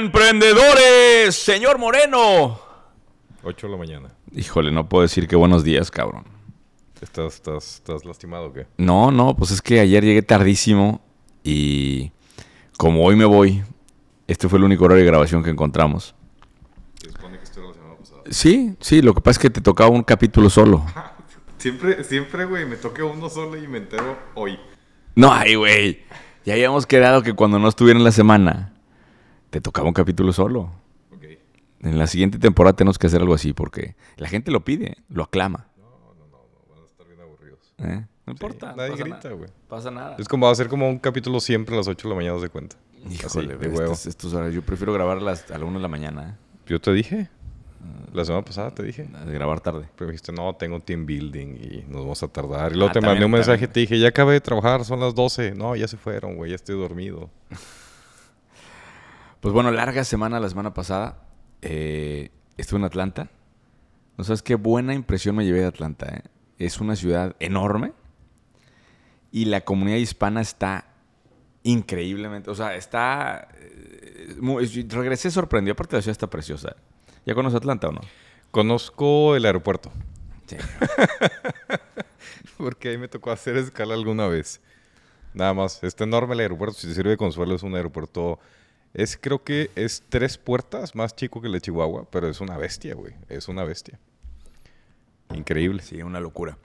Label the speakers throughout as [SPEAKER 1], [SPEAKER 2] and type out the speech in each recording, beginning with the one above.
[SPEAKER 1] Emprendedores, señor Moreno.
[SPEAKER 2] 8 de la mañana.
[SPEAKER 1] Híjole, no puedo decir que buenos días, cabrón.
[SPEAKER 2] ¿Estás, estás, estás lastimado o qué?
[SPEAKER 1] No, no, pues es que ayer llegué tardísimo y como hoy me voy, este fue el único horario de grabación que encontramos.
[SPEAKER 2] Se supone que estoy relacionado pasada.
[SPEAKER 1] Sí, sí, lo que pasa es que te tocaba un capítulo solo.
[SPEAKER 2] Siempre, siempre, güey, me toca uno solo y me entero hoy.
[SPEAKER 1] No, ay, güey. Ya habíamos quedado que cuando no estuviera en la semana, te tocaba un capítulo solo.
[SPEAKER 2] Ok.
[SPEAKER 1] En la siguiente temporada tenemos que hacer algo así porque la gente lo pide, lo aclama.
[SPEAKER 2] No, no, no, no, van a estar bien aburridos.
[SPEAKER 1] ¿eh? No
[SPEAKER 2] Sí,
[SPEAKER 1] importa.
[SPEAKER 2] nadie
[SPEAKER 1] no pasa
[SPEAKER 2] grita,
[SPEAKER 1] nada.
[SPEAKER 2] güey.
[SPEAKER 1] Pasa nada.
[SPEAKER 2] Es como va a ser como un capítulo siempre a las 8 de la mañana, haz de cuenta. Así,
[SPEAKER 1] Híjole,
[SPEAKER 2] de
[SPEAKER 1] güey, este
[SPEAKER 2] huevo.
[SPEAKER 1] estas- estos horarios. Yo prefiero grabarlas a la 1 de la mañana,
[SPEAKER 2] Yo te dije.
[SPEAKER 1] Ah.
[SPEAKER 2] La semana pasada te dije.
[SPEAKER 1] ¿eh? de grabar tarde.
[SPEAKER 2] Pero me dijiste, no, tengo team building y nos vamos a tardar. Y luego
[SPEAKER 1] Ah,
[SPEAKER 2] te mandé
[SPEAKER 1] también,
[SPEAKER 2] un mensaje y
[SPEAKER 1] también.
[SPEAKER 2] te dije, ya acabé de trabajar, son las 12. No, ya se fueron, güey, ya estoy dormido.
[SPEAKER 1] Pues bueno, larga semana la semana pasada. Eh, estuve en Atlanta. No sabes qué buena impresión me llevé de Atlanta. ¿eh? Es una ciudad enorme y la comunidad hispana está increíblemente. O sea, está. eh, muy- yo regresé sorprendido. Aparte, la ciudad está preciosa. ¿Ya conoces Atlanta o no?
[SPEAKER 2] Conozco el aeropuerto,
[SPEAKER 1] Sí.
[SPEAKER 2] porque ahí me tocó hacer escala alguna vez. Nada más, está enorme el aeropuerto, si te sirve de consuelo, es un aeropuerto... Es, creo que es tres puertas más chico que el de Chihuahua, pero es una bestia, güey. Es una bestia. Increíble.
[SPEAKER 1] Sí, una locura.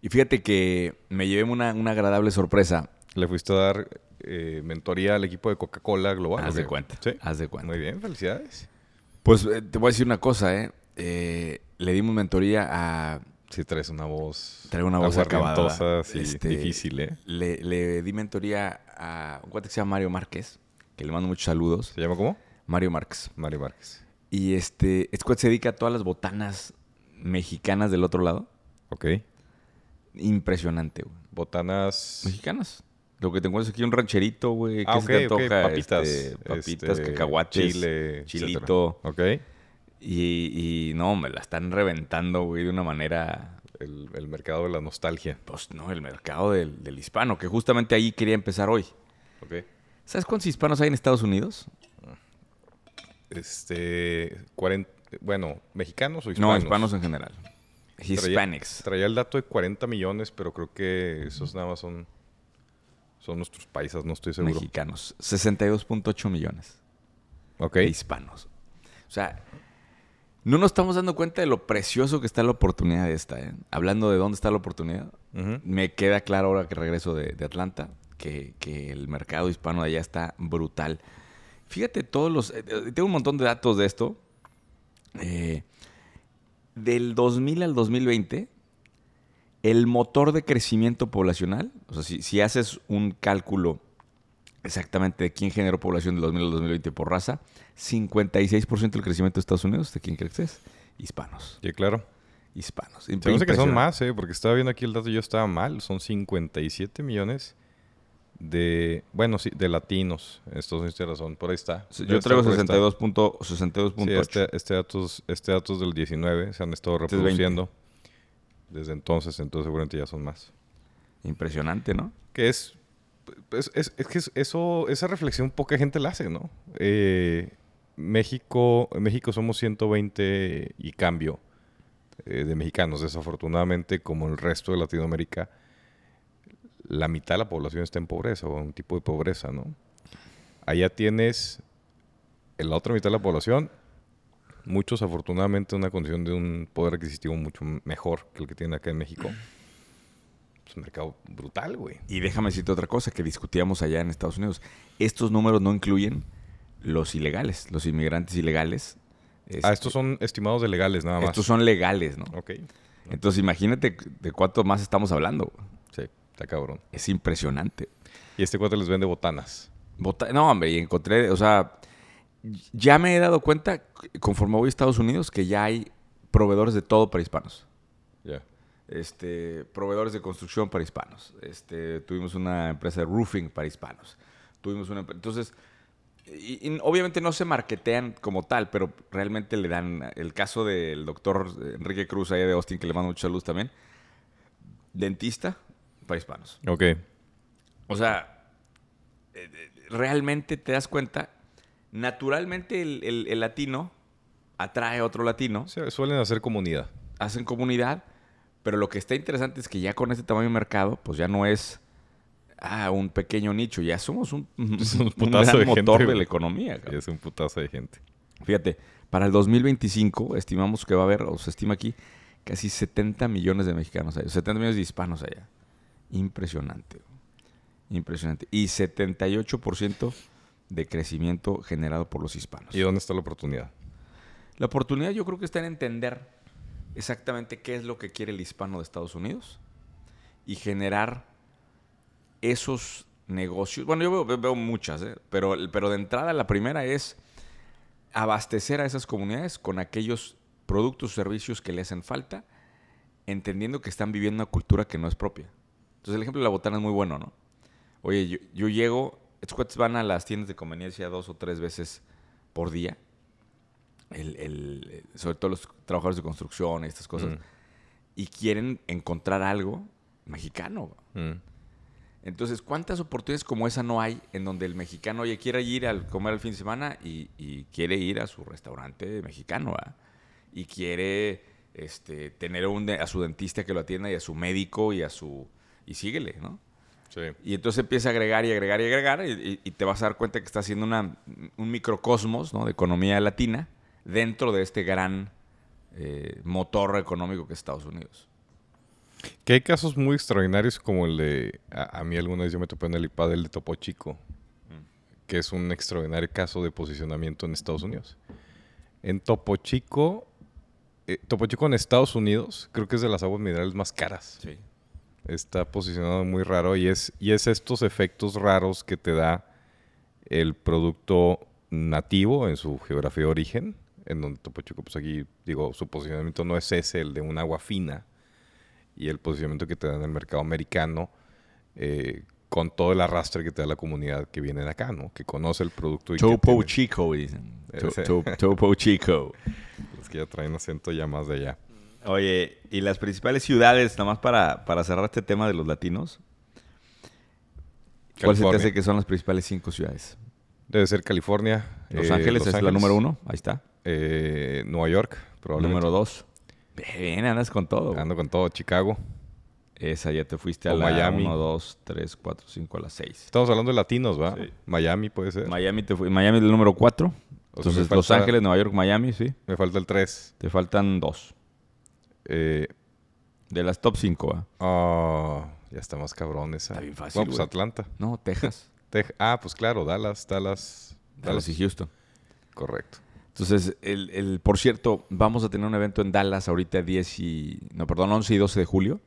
[SPEAKER 1] Y fíjate que me llevé una, una agradable sorpresa.
[SPEAKER 2] Le fuiste a dar eh, mentoría al equipo de Coca-Cola Global.
[SPEAKER 1] Haz
[SPEAKER 2] ¿o
[SPEAKER 1] de
[SPEAKER 2] qué?
[SPEAKER 1] cuenta,
[SPEAKER 2] Sí.
[SPEAKER 1] haz de cuenta.
[SPEAKER 2] Muy bien, felicidades.
[SPEAKER 1] Pues eh, te voy a decir una cosa, ¿eh? Eh, le dimos mentoría a
[SPEAKER 2] Sí, traes una voz.
[SPEAKER 1] Traigo una voz acabada.
[SPEAKER 2] aguardientosa, sí,
[SPEAKER 1] Este,
[SPEAKER 2] difícil, ¿eh?
[SPEAKER 1] Le, le di mentoría a un cuate que se llama Mario Márquez, que le mando muchos saludos.
[SPEAKER 2] ¿Se llama cómo?
[SPEAKER 1] Mario Márquez.
[SPEAKER 2] Mario Márquez.
[SPEAKER 1] Y este, este cuate se dedica a todas las botanas mexicanas del otro lado.
[SPEAKER 2] Ok.
[SPEAKER 1] Impresionante, güey.
[SPEAKER 2] Botanas.
[SPEAKER 1] Mexicanas. Lo que te encuentras aquí, un rancherito, güey. ¿Qué se
[SPEAKER 2] Ah, ok,
[SPEAKER 1] te
[SPEAKER 2] ok,
[SPEAKER 1] antoja?
[SPEAKER 2] Papitas.
[SPEAKER 1] Este, papitas,
[SPEAKER 2] este,
[SPEAKER 1] cacahuates.
[SPEAKER 2] Chile.
[SPEAKER 1] chilito.
[SPEAKER 2] etcétera. Ok.
[SPEAKER 1] Y, y no, me la están reventando, güey, de una manera.
[SPEAKER 2] El, el mercado de la nostalgia.
[SPEAKER 1] Pues no, el mercado del, del hispano, que justamente ahí quería empezar hoy.
[SPEAKER 2] Ok.
[SPEAKER 1] ¿Sabes cuántos hispanos hay en Estados Unidos?
[SPEAKER 2] Este. 40, bueno, mexicanos o
[SPEAKER 1] No,
[SPEAKER 2] hispanos.
[SPEAKER 1] hispanos en general.
[SPEAKER 2] Traía-
[SPEAKER 1] Hispanics.
[SPEAKER 2] Traía el dato de 40 millones, pero creo que esos nada más son. Son nuestros paisas, no estoy seguro.
[SPEAKER 1] Mexicanos. 62.8 millones
[SPEAKER 2] Ok.
[SPEAKER 1] de hispanos. O sea, no nos estamos dando cuenta de lo precioso que está la oportunidad esta. ¿eh? Hablando de dónde está la oportunidad,
[SPEAKER 2] Ujú.
[SPEAKER 1] me queda claro ahora que regreso de, de Atlanta que, que el mercado hispano de allá está brutal. Fíjate todos los... eh, eh, tengo un montón de datos de esto. Eh, del 2000 al 2020, el motor de crecimiento poblacional, o sea, si, si haces un cálculo exactamente de quién generó población del 2000 al 2020 por raza, 56% del crecimiento de Estados Unidos, ¿de quién crees que es? Hispanos.
[SPEAKER 2] Sí, claro.
[SPEAKER 1] Hispanos.
[SPEAKER 2] Se me hace que son
[SPEAKER 1] Impresionante.
[SPEAKER 2] más, ¿eh? Porque estaba viendo aquí el dato y yo estaba mal. Son 57 millones de, bueno, sí, de latinos. Estos Unidos tiene razón. Por ahí está.
[SPEAKER 1] Sí,
[SPEAKER 2] Debe
[SPEAKER 1] Yo
[SPEAKER 2] estar
[SPEAKER 1] traigo
[SPEAKER 2] por ahí, está.
[SPEAKER 1] 62.8.
[SPEAKER 2] Sí, este, este, dato es, este dato es del 19. Se han estado
[SPEAKER 1] Este es 20.
[SPEAKER 2] reproduciendo desde entonces. Entonces seguramente ya son más.
[SPEAKER 1] Impresionante, ¿no?
[SPEAKER 2] Que es, es, es- es que es- eso, esa reflexión poca gente la hace, ¿no? Eh, México, en México somos 120 y cambio eh, de mexicanos. Desafortunadamente, como el resto de Latinoamérica, la mitad de la población está en pobreza o en un tipo de pobreza, ¿no? Allá tienes en la otra mitad de la población, muchos afortunadamente en una condición de un poder adquisitivo mucho mejor que el que tienen acá en México. Es un mercado brutal, güey.
[SPEAKER 1] Y déjame decirte otra cosa que discutíamos allá en Estados Unidos. Estos números no incluyen los ilegales, los inmigrantes ilegales.
[SPEAKER 2] Ah,
[SPEAKER 1] Este,
[SPEAKER 2] estos son estimados de legales nada más.
[SPEAKER 1] estos son legales, ¿no?
[SPEAKER 2] Ok.
[SPEAKER 1] Entonces imagínate de cuánto más estamos hablando.
[SPEAKER 2] Sí, está cabrón.
[SPEAKER 1] Es impresionante.
[SPEAKER 2] Y este cuate les vende botanas.
[SPEAKER 1] Bota- no, hombre, y encontré, o sea, ya me he dado cuenta, conforme voy a Estados Unidos, que ya hay proveedores de todo para hispanos.
[SPEAKER 2] Ya.
[SPEAKER 1] este, proveedores de construcción para hispanos. Este, tuvimos una empresa de roofing para hispanos. Tuvimos una, empre- entonces, y- y obviamente no se marketean como tal, pero realmente le dan el caso del doctor Enrique Cruz allá de Austin, que le mando mucha salud también, dentista para hispanos.
[SPEAKER 2] Ok.
[SPEAKER 1] O sea, eh, eh, realmente te das cuenta naturalmente el, el- el latino atrae a otro latino,
[SPEAKER 2] Se- suelen hacer comunidad.
[SPEAKER 1] hacen comunidad, pero lo que está interesante es que ya con este tamaño de mercado, pues ya no es ah, un pequeño nicho, ya somos un,
[SPEAKER 2] un
[SPEAKER 1] un
[SPEAKER 2] putazo
[SPEAKER 1] gran
[SPEAKER 2] de gente,
[SPEAKER 1] motor de
[SPEAKER 2] güey.
[SPEAKER 1] la economía. cabrón.
[SPEAKER 2] Es un putazo de gente.
[SPEAKER 1] Fíjate, para el 2025 estimamos que va a haber, o se estima aquí, casi 70 millones de mexicanos allá, 70 millones de hispanos allá. Impresionante. güey. Impresionante. Y 78% de crecimiento generado por los hispanos.
[SPEAKER 2] ¿Y dónde está la oportunidad?
[SPEAKER 1] La oportunidad yo creo que está en entender exactamente qué es lo que quiere el hispano de Estados Unidos y generar esos negocios. Bueno, yo veo, veo muchas, ¿eh? pero, pero de entrada la primera es abastecer a esas comunidades con aquellos productos o servicios que le hacen falta, entendiendo que están viviendo una cultura que no es propia. Entonces el ejemplo de la botana es muy bueno, ¿no? Oye, yo, yo llego, estos cuates van a las tiendas de conveniencia dos o tres veces por día, el- el- sobre todo los trabajadores de construcción y estas cosas,
[SPEAKER 2] Mm.
[SPEAKER 1] y quieren encontrar algo mexicano.
[SPEAKER 2] Mm.
[SPEAKER 1] Entonces, ¿cuántas oportunidades como esa no hay en donde el mexicano, oye, quiere ir a comer el fin de semana y, y quiere ir a su restaurante mexicano, ¿va? Y quiere este, tener un de- a su dentista que lo atienda y a su médico y a su... Y síguele, ¿no?
[SPEAKER 2] Sí.
[SPEAKER 1] Y entonces empieza a agregar y agregar y agregar y, y- y te vas a dar cuenta que está haciendo una, un microcosmos ¿no? de economía latina dentro de este gran eh, motor económico que es Estados Unidos.
[SPEAKER 2] Que hay casos muy extraordinarios como el de. A, a mí alguna vez yo me topé en el IPAD el de Topo Chico, que es un extraordinario caso de posicionamiento en Estados Unidos. En Topo Chico. eh, Topo Chico en Estados Unidos creo que es de las aguas minerales más caras.
[SPEAKER 1] Sí.
[SPEAKER 2] Está posicionado muy raro y es, y es estos efectos raros que te da el producto nativo en su geografía de origen, en donde Topo Chico, pues aquí, digo, su posicionamiento no es ese, el de un agua fina, y el posicionamiento que te da en el mercado americano, eh, con todo el arrastre que te da la comunidad que viene de acá, ¿no? Que conoce el producto. y que
[SPEAKER 1] Topo
[SPEAKER 2] tiene-
[SPEAKER 1] Chico, dicen. To-
[SPEAKER 2] Ese.
[SPEAKER 1] to- Topo Chico.
[SPEAKER 2] Es que ya traen acento ya más de allá.
[SPEAKER 1] Oye, y las principales ciudades, nada más para, para cerrar este tema de los latinos, ¿cuál se te
[SPEAKER 2] California.
[SPEAKER 1] hace que son las principales cinco ciudades?
[SPEAKER 2] Debe ser California.
[SPEAKER 1] Los
[SPEAKER 2] eh,
[SPEAKER 1] Ángeles
[SPEAKER 2] Los
[SPEAKER 1] es la
[SPEAKER 2] Ángeles,
[SPEAKER 1] número uno, ahí está.
[SPEAKER 2] eh, Nueva York, probablemente.
[SPEAKER 1] Número dos. Bien, andas con todo. güey.
[SPEAKER 2] Ando con todo, Chicago.
[SPEAKER 1] Esa ya te fuiste a
[SPEAKER 2] O
[SPEAKER 1] la
[SPEAKER 2] Miami.
[SPEAKER 1] 1, 2, 3, 4, 5, a la 6.
[SPEAKER 2] Estamos hablando de latinos, ¿va?
[SPEAKER 1] Sí.
[SPEAKER 2] Miami puede ser.
[SPEAKER 1] Miami, te fui- Miami es el número 4.
[SPEAKER 2] O sea,
[SPEAKER 1] Entonces,
[SPEAKER 2] me
[SPEAKER 1] Los
[SPEAKER 2] falta-
[SPEAKER 1] Ángeles, Nueva York, Miami, sí.
[SPEAKER 2] Me falta el 3.
[SPEAKER 1] Te faltan dos.
[SPEAKER 2] Eh,
[SPEAKER 1] De las top 5, ¿ah?
[SPEAKER 2] ah, ya está más cabrón esa.
[SPEAKER 1] Está bien fácil,
[SPEAKER 2] Bueno, pues
[SPEAKER 1] güey.
[SPEAKER 2] Atlanta.
[SPEAKER 1] No, Texas,
[SPEAKER 2] Tej- ah, pues claro, Dallas, Dallas.
[SPEAKER 1] Dallas y Houston.
[SPEAKER 2] Correcto.
[SPEAKER 1] Entonces, el, el- por cierto, vamos a tener un evento en Dallas ahorita 10 y... No, perdón, 11 y 12 de julio.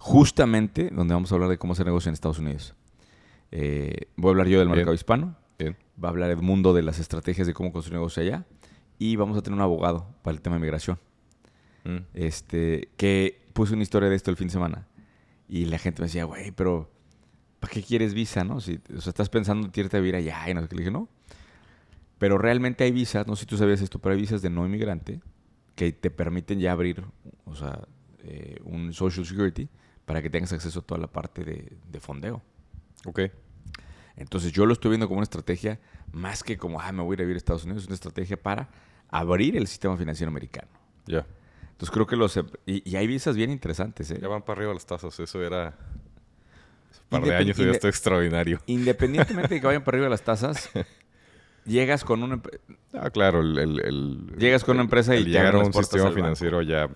[SPEAKER 1] Justamente donde vamos a hablar de cómo hacer negocio en Estados Unidos. Eh, voy a hablar yo del
[SPEAKER 2] Bien.
[SPEAKER 1] mercado hispano.
[SPEAKER 2] Bien.
[SPEAKER 1] Va a hablar Edmundo de las estrategias de cómo construir negocio allá. Y vamos a tener un abogado para el tema de migración.
[SPEAKER 2] Mm.
[SPEAKER 1] este, que puse una historia de esto el fin de semana. Y la gente me decía, güey, pero ¿para qué quieres visa, no? Si, o sea, estás pensando en irte a vivir allá y no sé qué. Le dije, no. Pero realmente hay visas, no sé si tú sabías esto, pero hay visas de no inmigrante que te permiten ya abrir, o sea, eh, un Social Security para que tengas acceso a toda la parte de, de fondeo.
[SPEAKER 2] Ok.
[SPEAKER 1] Entonces yo lo estoy viendo como una estrategia más que como, ah, me voy a ir a vivir a Estados Unidos, es una estrategia para abrir el sistema financiero americano.
[SPEAKER 2] Ya.
[SPEAKER 1] Entonces creo que los... em- Y, y hay visas bien interesantes, ¿eh?
[SPEAKER 2] Ya van para arriba las tazas. Eso era. hace Un par de
[SPEAKER 1] Independ-
[SPEAKER 2] años ya
[SPEAKER 1] inde-
[SPEAKER 2] está extraordinario.
[SPEAKER 1] Independientemente de que vayan para arriba las tasas, llegas con una... empre-
[SPEAKER 2] Ah, claro. El, el- el-
[SPEAKER 1] Llegas con una empresa y
[SPEAKER 2] el
[SPEAKER 1] te
[SPEAKER 2] llegar
[SPEAKER 1] abren
[SPEAKER 2] a
[SPEAKER 1] las
[SPEAKER 2] un
[SPEAKER 1] puertas
[SPEAKER 2] sistema
[SPEAKER 1] al banco.
[SPEAKER 2] financiero ya,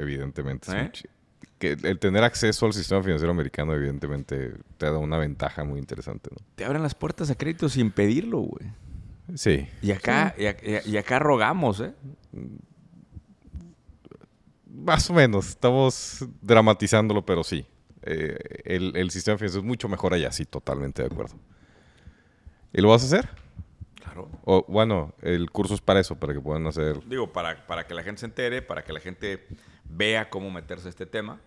[SPEAKER 2] evidentemente. es
[SPEAKER 1] ¿Eh?
[SPEAKER 2] un chi- que el tener acceso al sistema financiero americano, evidentemente, te da una ventaja muy interesante, ¿no?
[SPEAKER 1] Te abren las puertas a crédito sin pedirlo, güey.
[SPEAKER 2] Sí.
[SPEAKER 1] Y acá, y, ac- y acá rogamos, ¿eh?
[SPEAKER 2] Más o menos, estamos dramatizándolo, pero sí. Eh, el, el sistema financiero es mucho mejor allá, sí, totalmente de acuerdo. ¿Y lo vas a hacer?
[SPEAKER 1] Claro.
[SPEAKER 2] O, bueno, el curso es para eso, para que puedan hacer.
[SPEAKER 1] Digo, para, para que la gente se entere, para que la gente vea cómo meterse a este tema.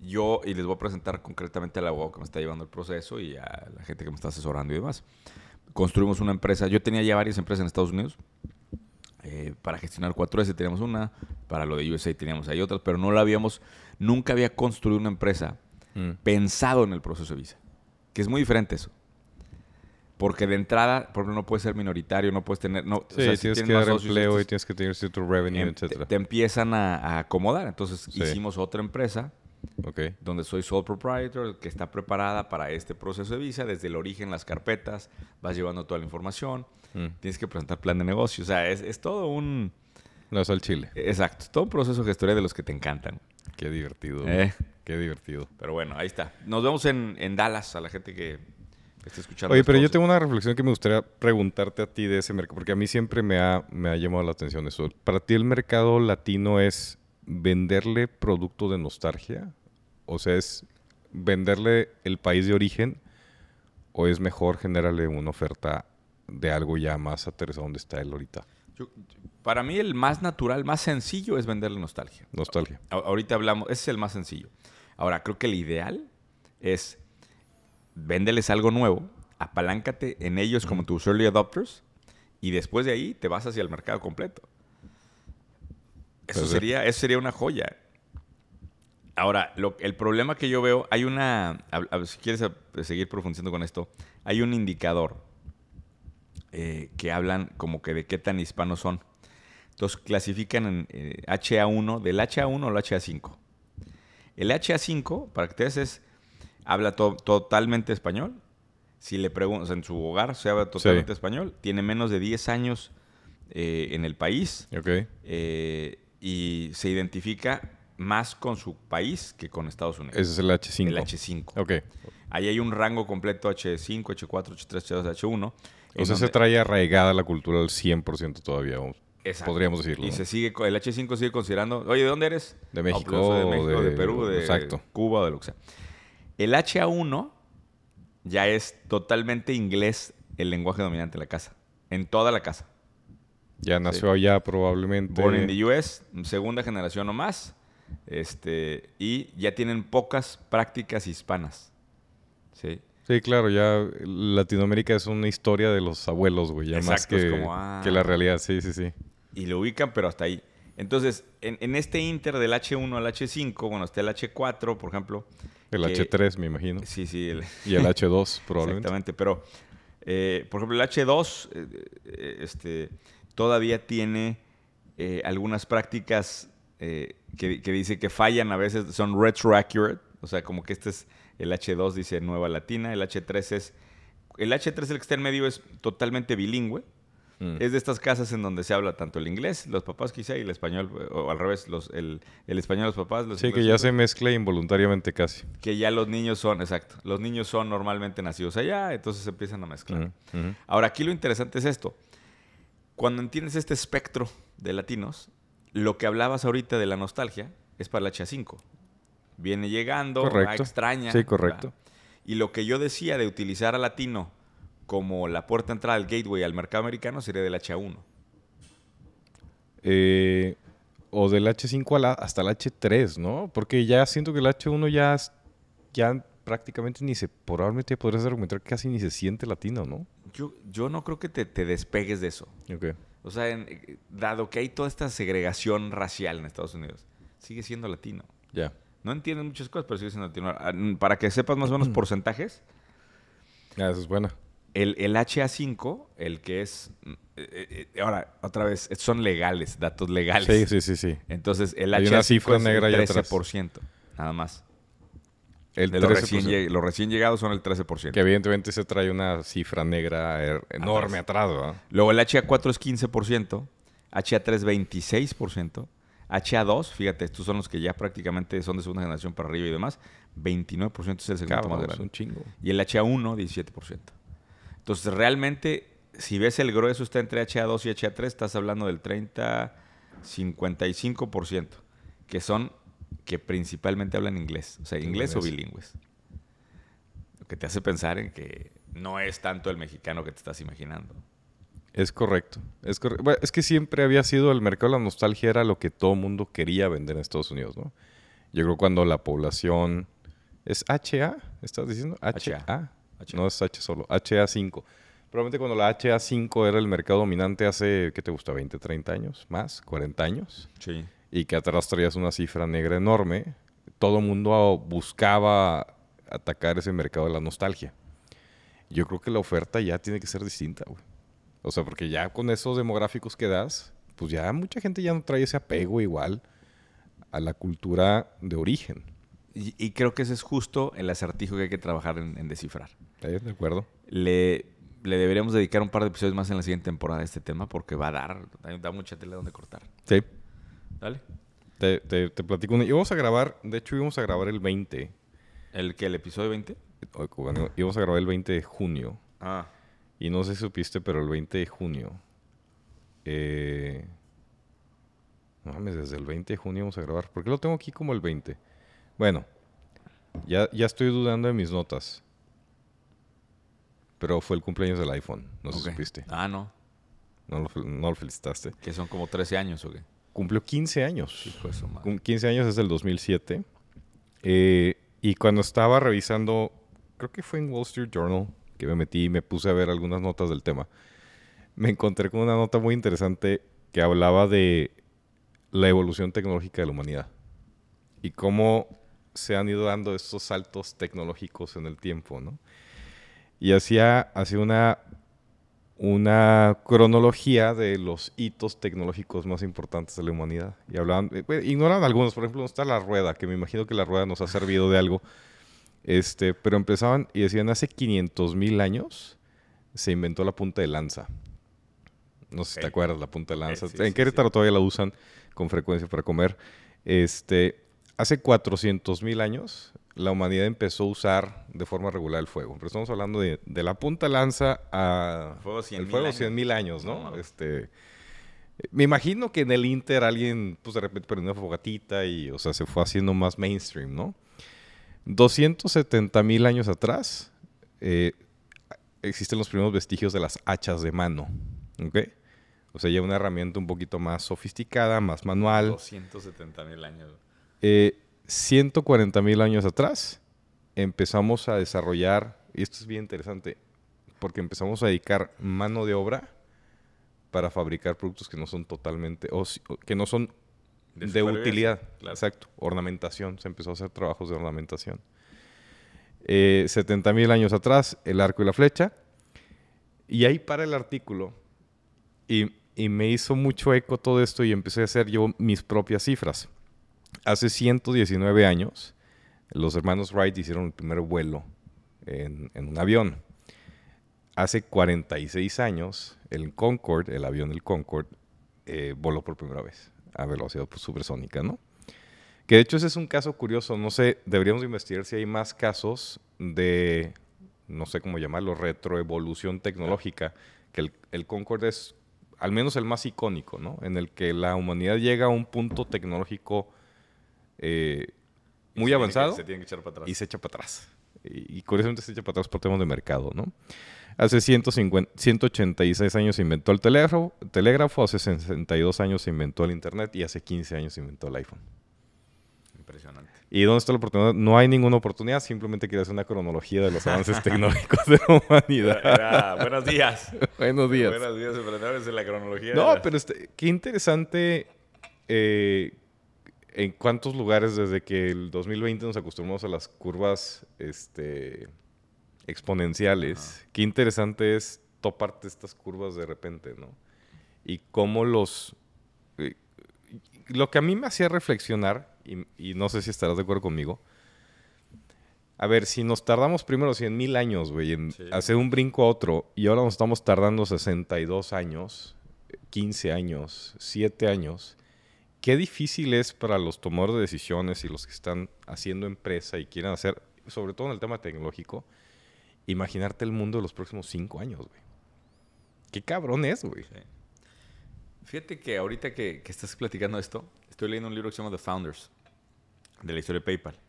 [SPEAKER 1] Yo, y les voy a presentar concretamente al abogado que me está llevando el proceso y a la gente que me está asesorando y demás. Construimos una empresa. Yo tenía ya varias empresas en Estados Unidos. eh, para gestionar 4S teníamos una, para lo de USA teníamos ahí otras, pero no la habíamos, nunca había construido
[SPEAKER 2] Mm.
[SPEAKER 1] una empresa pensado en el proceso de visa. Que es muy diferente eso. Porque de entrada, por ejemplo, no puedes ser minoritario, no puedes tener... No,
[SPEAKER 2] Sí, tienes que dar empleo y tienes que tener cierto revenue,
[SPEAKER 1] em- te,
[SPEAKER 2] etcétera.
[SPEAKER 1] te empiezan a, a acomodar. Entonces
[SPEAKER 2] Sí.
[SPEAKER 1] hicimos otra empresa
[SPEAKER 2] Ok.
[SPEAKER 1] donde soy sole proprietor, que está preparada para este proceso de visa, desde el origen, las carpetas, vas llevando toda la información,
[SPEAKER 2] Mm.
[SPEAKER 1] tienes que presentar plan de negocio, o sea, es, es todo un...
[SPEAKER 2] No es al chile.
[SPEAKER 1] Exacto, todo un proceso de gestoría de los que te encantan.
[SPEAKER 2] Qué divertido.
[SPEAKER 1] Eh.
[SPEAKER 2] Qué divertido.
[SPEAKER 1] Pero bueno, ahí está. Nos vemos en, en Dallas, a la gente que está escuchando.
[SPEAKER 2] Oye,
[SPEAKER 1] esto.
[SPEAKER 2] pero yo tengo una reflexión que me gustaría preguntarte a ti de ese mercado, porque a mí siempre me ha, me ha llamado la atención eso. ¿Para ti el mercado latino es venderle producto de nostalgia? O sea, ¿es venderle el país de origen? ¿O es mejor generarle una oferta de algo ya más aterrizado donde está él ahorita?
[SPEAKER 1] Yo- para mí el más natural, más sencillo es venderle nostalgia.
[SPEAKER 2] Nostalgia.
[SPEAKER 1] A- ahorita hablamos, ese es el más sencillo. Ahora, creo que el ideal es véndeles algo nuevo, apaláncate en ellos como tus early adopters y después de ahí te vas hacia el mercado completo. Eso
[SPEAKER 2] Puede ser.
[SPEAKER 1] sería, eso sería una joya. Ahora, lo- el problema que yo veo, hay una, hab- hab- si quieres eh, seguir profundizando con esto, hay un indicador eh, que hablan como que de qué tan hispanos son. Entonces clasifican en eh, HA1, del HA1 al HA5. El HA5, para que te des, es, habla to- totalmente español. Si le preguntas, en su hogar se habla totalmente español. Tiene menos de 10 años eh, en el país
[SPEAKER 2] Ok.
[SPEAKER 1] eh, y se identifica más con su país que con Estados Unidos.
[SPEAKER 2] Ese es el H5.
[SPEAKER 1] el H5.
[SPEAKER 2] Ok.
[SPEAKER 1] Ahí hay un rango completo H5, H4, H3, H2, H1.
[SPEAKER 2] O
[SPEAKER 1] en
[SPEAKER 2] sea, se
[SPEAKER 1] donde-
[SPEAKER 2] trae arraigada la cultura al 100% todavía, vamos,
[SPEAKER 1] Exacto.
[SPEAKER 2] podríamos decirlo.
[SPEAKER 1] Y
[SPEAKER 2] ¿no?
[SPEAKER 1] se sigue, co- el H5 sigue considerando, oye, ¿de dónde eres?
[SPEAKER 2] De
[SPEAKER 1] "Ah,
[SPEAKER 2] México
[SPEAKER 1] pues, yo soy
[SPEAKER 2] o
[SPEAKER 1] de México, de,
[SPEAKER 2] de-
[SPEAKER 1] Perú, de
[SPEAKER 2] exacto.
[SPEAKER 1] Cuba, de lo que sea. El HA1 ya es totalmente inglés el lenguaje dominante en la casa, en toda la casa.
[SPEAKER 2] Ya nació allá probablemente.
[SPEAKER 1] Born in the US, segunda generación o más, este, y ya tienen pocas prácticas hispanas. ¿Sí?
[SPEAKER 2] Sí, claro, ya eh, Latinoamérica es una historia de los abuelos, güey, ya más
[SPEAKER 1] Exacto, es
[SPEAKER 2] que,
[SPEAKER 1] como, ah.
[SPEAKER 2] que la realidad, sí, sí, sí.
[SPEAKER 1] Y lo ubican, pero hasta ahí. Entonces, en, en este inter del H1 al H5, bueno, está el H4, por ejemplo.
[SPEAKER 2] El
[SPEAKER 1] que-
[SPEAKER 2] H3, me imagino,
[SPEAKER 1] Sí, sí, el,
[SPEAKER 2] y el H2 probablemente.
[SPEAKER 1] Exactamente, pero eh, por ejemplo el H2 eh, eh, este, todavía tiene eh, algunas prácticas eh, que, que dice que fallan a veces, son retroaccurate, o sea, como que este es el H2 dice nueva latina, el H3 es, el H3 el que está en medio es totalmente bilingüe,
[SPEAKER 2] Mm.
[SPEAKER 1] es de estas casas en donde se habla tanto el inglés, los papás quizá, y el español, o, o al revés, los, el, el español de los papás. Los
[SPEAKER 2] Sí, que
[SPEAKER 1] ingleses
[SPEAKER 2] ya se mezcla involuntariamente casi.
[SPEAKER 1] que ya los niños son, exacto, los niños son normalmente nacidos allá, entonces se empiezan a mezclar.
[SPEAKER 2] Ujú, ujú.
[SPEAKER 1] Ahora, aquí lo interesante es esto. Cuando entiendes este espectro de latinos, lo que hablabas ahorita de la nostalgia es para el HA5. Viene llegando, ah,
[SPEAKER 2] Correcto.
[SPEAKER 1] extraña.
[SPEAKER 2] Sí, correcto.
[SPEAKER 1] ah. Y lo que yo decía de utilizar a latino como la puerta de entrada, el gateway al mercado americano, sería del HA1.
[SPEAKER 2] Eh, o del H5 a la- hasta el H3, ¿no? Porque ya siento que el H1 ya, es- ya prácticamente ni se, probablemente podrías argumentar que casi ni se siente latino, ¿no?
[SPEAKER 1] Yo, yo no creo que te- te despegues de eso.
[SPEAKER 2] Ok.
[SPEAKER 1] O sea, en- eh, dado que hay toda esta segregación racial en Estados Unidos, sigue siendo latino.
[SPEAKER 2] Ya.
[SPEAKER 1] No entienden muchas cosas, pero sigue siendo latino. Ah, mm, Para que sepas más o menos porcentajes,
[SPEAKER 2] Ah, esa es buena.
[SPEAKER 1] el, el HA5, el que es... mm, eh, eh, ahora, otra vez, son legales, datos legales.
[SPEAKER 2] Sí, sí, sí, sí.
[SPEAKER 1] Entonces, el
[SPEAKER 2] Hay
[SPEAKER 1] HA5
[SPEAKER 2] una cifra
[SPEAKER 1] es
[SPEAKER 2] negra
[SPEAKER 1] el
[SPEAKER 2] allá atrás.
[SPEAKER 1] 13%, nada más.
[SPEAKER 2] El
[SPEAKER 1] De los, recién
[SPEAKER 2] 13%.
[SPEAKER 1] lleg- los recién llegados son el 13%.
[SPEAKER 2] Que evidentemente se trae una cifra negra er- enorme ¿ah? atrás, ¿verdad?
[SPEAKER 1] Luego el HA4 es 15%, HA3 26%, HA2, fíjate, estos son los que ya prácticamente son de segunda generación para arriba y demás, 29% es el segmento
[SPEAKER 2] Cabrón,
[SPEAKER 1] más
[SPEAKER 2] es
[SPEAKER 1] grande.
[SPEAKER 2] un chingo.
[SPEAKER 1] Y el HA1, 17%. Entonces, realmente, si ves el grueso está entre HA2 y HA3, estás hablando del 30, 55%, que son que principalmente hablan inglés, o sea, inglés o
[SPEAKER 2] Inglés.
[SPEAKER 1] bilingües. Lo que te hace pensar en que no es tanto el mexicano que te estás imaginando.
[SPEAKER 2] Es correcto. Es, corre- bueno, es que siempre había sido el mercado de la nostalgia, era lo que todo mundo quería vender en Estados Unidos, ¿no? Yo creo cuando la población. ¿Es HA? ¿Estás diciendo? HA.
[SPEAKER 1] HA.
[SPEAKER 2] No es H solo, HA5. Probablemente cuando la HA5 era el mercado dominante hace, ¿qué te gusta? ¿20, 30 años? ¿Más? ¿40 años?
[SPEAKER 1] Sí.
[SPEAKER 2] y que atrás traías una cifra negra enorme, todo mundo buscaba atacar ese mercado de la nostalgia. Yo creo que la oferta ya tiene que ser distinta, güey. O sea, porque ya con esos demográficos que das, pues ya mucha gente ya no trae ese apego igual a la cultura de origen.
[SPEAKER 1] Y, y creo que ese es justo el acertijo que hay que trabajar en, en descifrar.
[SPEAKER 2] ¿Eh? ¿De acuerdo?
[SPEAKER 1] Le, le deberíamos dedicar un par de episodios más en la siguiente temporada a este tema porque va a dar, da, da mucha tela donde cortar.
[SPEAKER 2] Sí.
[SPEAKER 1] Dale.
[SPEAKER 2] Te, te, te platico una. Íbamos a grabar, de hecho íbamos a grabar el 20.
[SPEAKER 1] ¿El que ¿El episodio 20?
[SPEAKER 2] Oye, cubano, íbamos a grabar el 20 de junio.
[SPEAKER 1] Ah.
[SPEAKER 2] Y no sé si supiste, pero el 20 de junio. Eh, no mames, desde el 20 de junio vamos a grabar. ¿Por qué lo tengo aquí como el 20? Bueno, ya, ya estoy dudando de mis notas. Pero fue el cumpleaños del iPhone. No sé si
[SPEAKER 1] Ok.
[SPEAKER 2] supiste.
[SPEAKER 1] Ah, no.
[SPEAKER 2] No lo, fel- no lo felicitaste.
[SPEAKER 1] Que son como 13 años o qué.
[SPEAKER 2] Cumplió 15 años.
[SPEAKER 1] Hijo de su madre.
[SPEAKER 2] Cum- 15 años desde el 2007. Eh, y cuando estaba revisando, creo que fue en Wall Street Journal, que me metí y me puse a ver algunas notas del tema, me encontré con una nota muy interesante que hablaba de la evolución tecnológica de la humanidad y cómo se han ido dando estos saltos tecnológicos en el tiempo, ¿no? Y hacía, hacía una, una cronología de los hitos tecnológicos más importantes de la humanidad. Y hablaban, eh, bueno, ignoran algunos, por ejemplo, no está la rueda, que me imagino que la rueda nos ha servido de algo. Este, pero empezaban y decían, hace 500 mil años se inventó la punta de lanza. No sé si te
[SPEAKER 1] Ok. Eh,
[SPEAKER 2] acuerdas, la punta de lanza.
[SPEAKER 1] sí,
[SPEAKER 2] en
[SPEAKER 1] sí,
[SPEAKER 2] Querétaro todavía la usan con frecuencia para comer. Este, hace 400 mil años la humanidad empezó a usar de forma regular el fuego. Pero estamos hablando de, de la punta de lanza a
[SPEAKER 1] Fuego 100.000
[SPEAKER 2] el fuego
[SPEAKER 1] años.
[SPEAKER 2] 100 mil años, ¿no?
[SPEAKER 1] No mames.
[SPEAKER 2] Este, me imagino que en el Inter alguien, pues de repente prendió una fogatita y, o sea, se fue haciendo más mainstream, ¿no? 270 mil años atrás eh, existen los primeros vestigios de las hachas de mano, ¿ok? O sea, ya una herramienta un poquito más sofisticada, más manual.
[SPEAKER 1] 270 mil años.
[SPEAKER 2] Eh, 140 mil años atrás empezamos a desarrollar, y esto es bien interesante, porque empezamos a dedicar mano de obra para fabricar productos que no son totalmente, o, si- o que no son de,
[SPEAKER 1] supervivencia,
[SPEAKER 2] utilidad.
[SPEAKER 1] claro.
[SPEAKER 2] Exacto, ornamentación, se empezó a hacer trabajos de ornamentación. 70 mil años atrás, el arco y la flecha. Y ahí para el artículo, y, y me hizo mucho eco todo esto y empecé a hacer yo mis propias cifras. Hace 119 años, los hermanos Wright hicieron el primer vuelo en, en un avión. Hace 46 años, el Concorde, el avión del Concorde, eh, voló por primera vez a velocidad pues, supersónica, ¿no? Que de hecho ese es un caso curioso, no sé, deberíamos investigar si hay más casos de, no sé cómo llamarlo, retroevolución tecnológica, que el, el Concorde es al menos el más icónico, ¿no? En el que la humanidad llega a un punto tecnológico eh,
[SPEAKER 1] Y se tiene
[SPEAKER 2] muy
[SPEAKER 1] que-
[SPEAKER 2] avanzado
[SPEAKER 1] se tiene que echar para atrás.
[SPEAKER 2] y se echa para atrás. Y, y curiosamente se echa para atrás por temas de mercado, ¿no? Hace 150, 186 años se inventó el telégrafo, telégrafo, hace 62 años se inventó el Internet y hace 15 años se inventó el iPhone.
[SPEAKER 1] Impresionante.
[SPEAKER 2] ¿Y dónde está la oportunidad? No hay ninguna oportunidad, simplemente quiero hacer una cronología de los avances tecnológicos de la humanidad.
[SPEAKER 1] Era- buenos días.
[SPEAKER 2] Buenos días.
[SPEAKER 1] Buenos días, emprendedores de la cronología.
[SPEAKER 2] No,
[SPEAKER 1] Era-
[SPEAKER 2] pero este- qué interesante eh, en cuántos lugares desde que el 2020 nos acostumbramos a las curvas este, exponenciales. Qué interesante es toparte estas curvas de repente, ¿no? Y cómo los... eh, lo que a mí me hacía reflexionar, y, y no sé si estarás de acuerdo conmigo, a ver, si nos tardamos primero 100 mil años, güey, en
[SPEAKER 1] Sí.
[SPEAKER 2] hacer un brinco a otro, y ahora nos estamos tardando 62 años, 15 años, 7 años, qué difícil es para los tomadores de decisiones y los que están haciendo empresa y quieren hacer, sobre todo en el tema tecnológico, imaginarte el mundo de los próximos 5 años, güey. Qué cabrón es, güey.
[SPEAKER 1] Sí. Fíjate que ahorita que, que estás platicando esto, estoy leyendo un libro que se llama The Founders, de la historia de PayPal.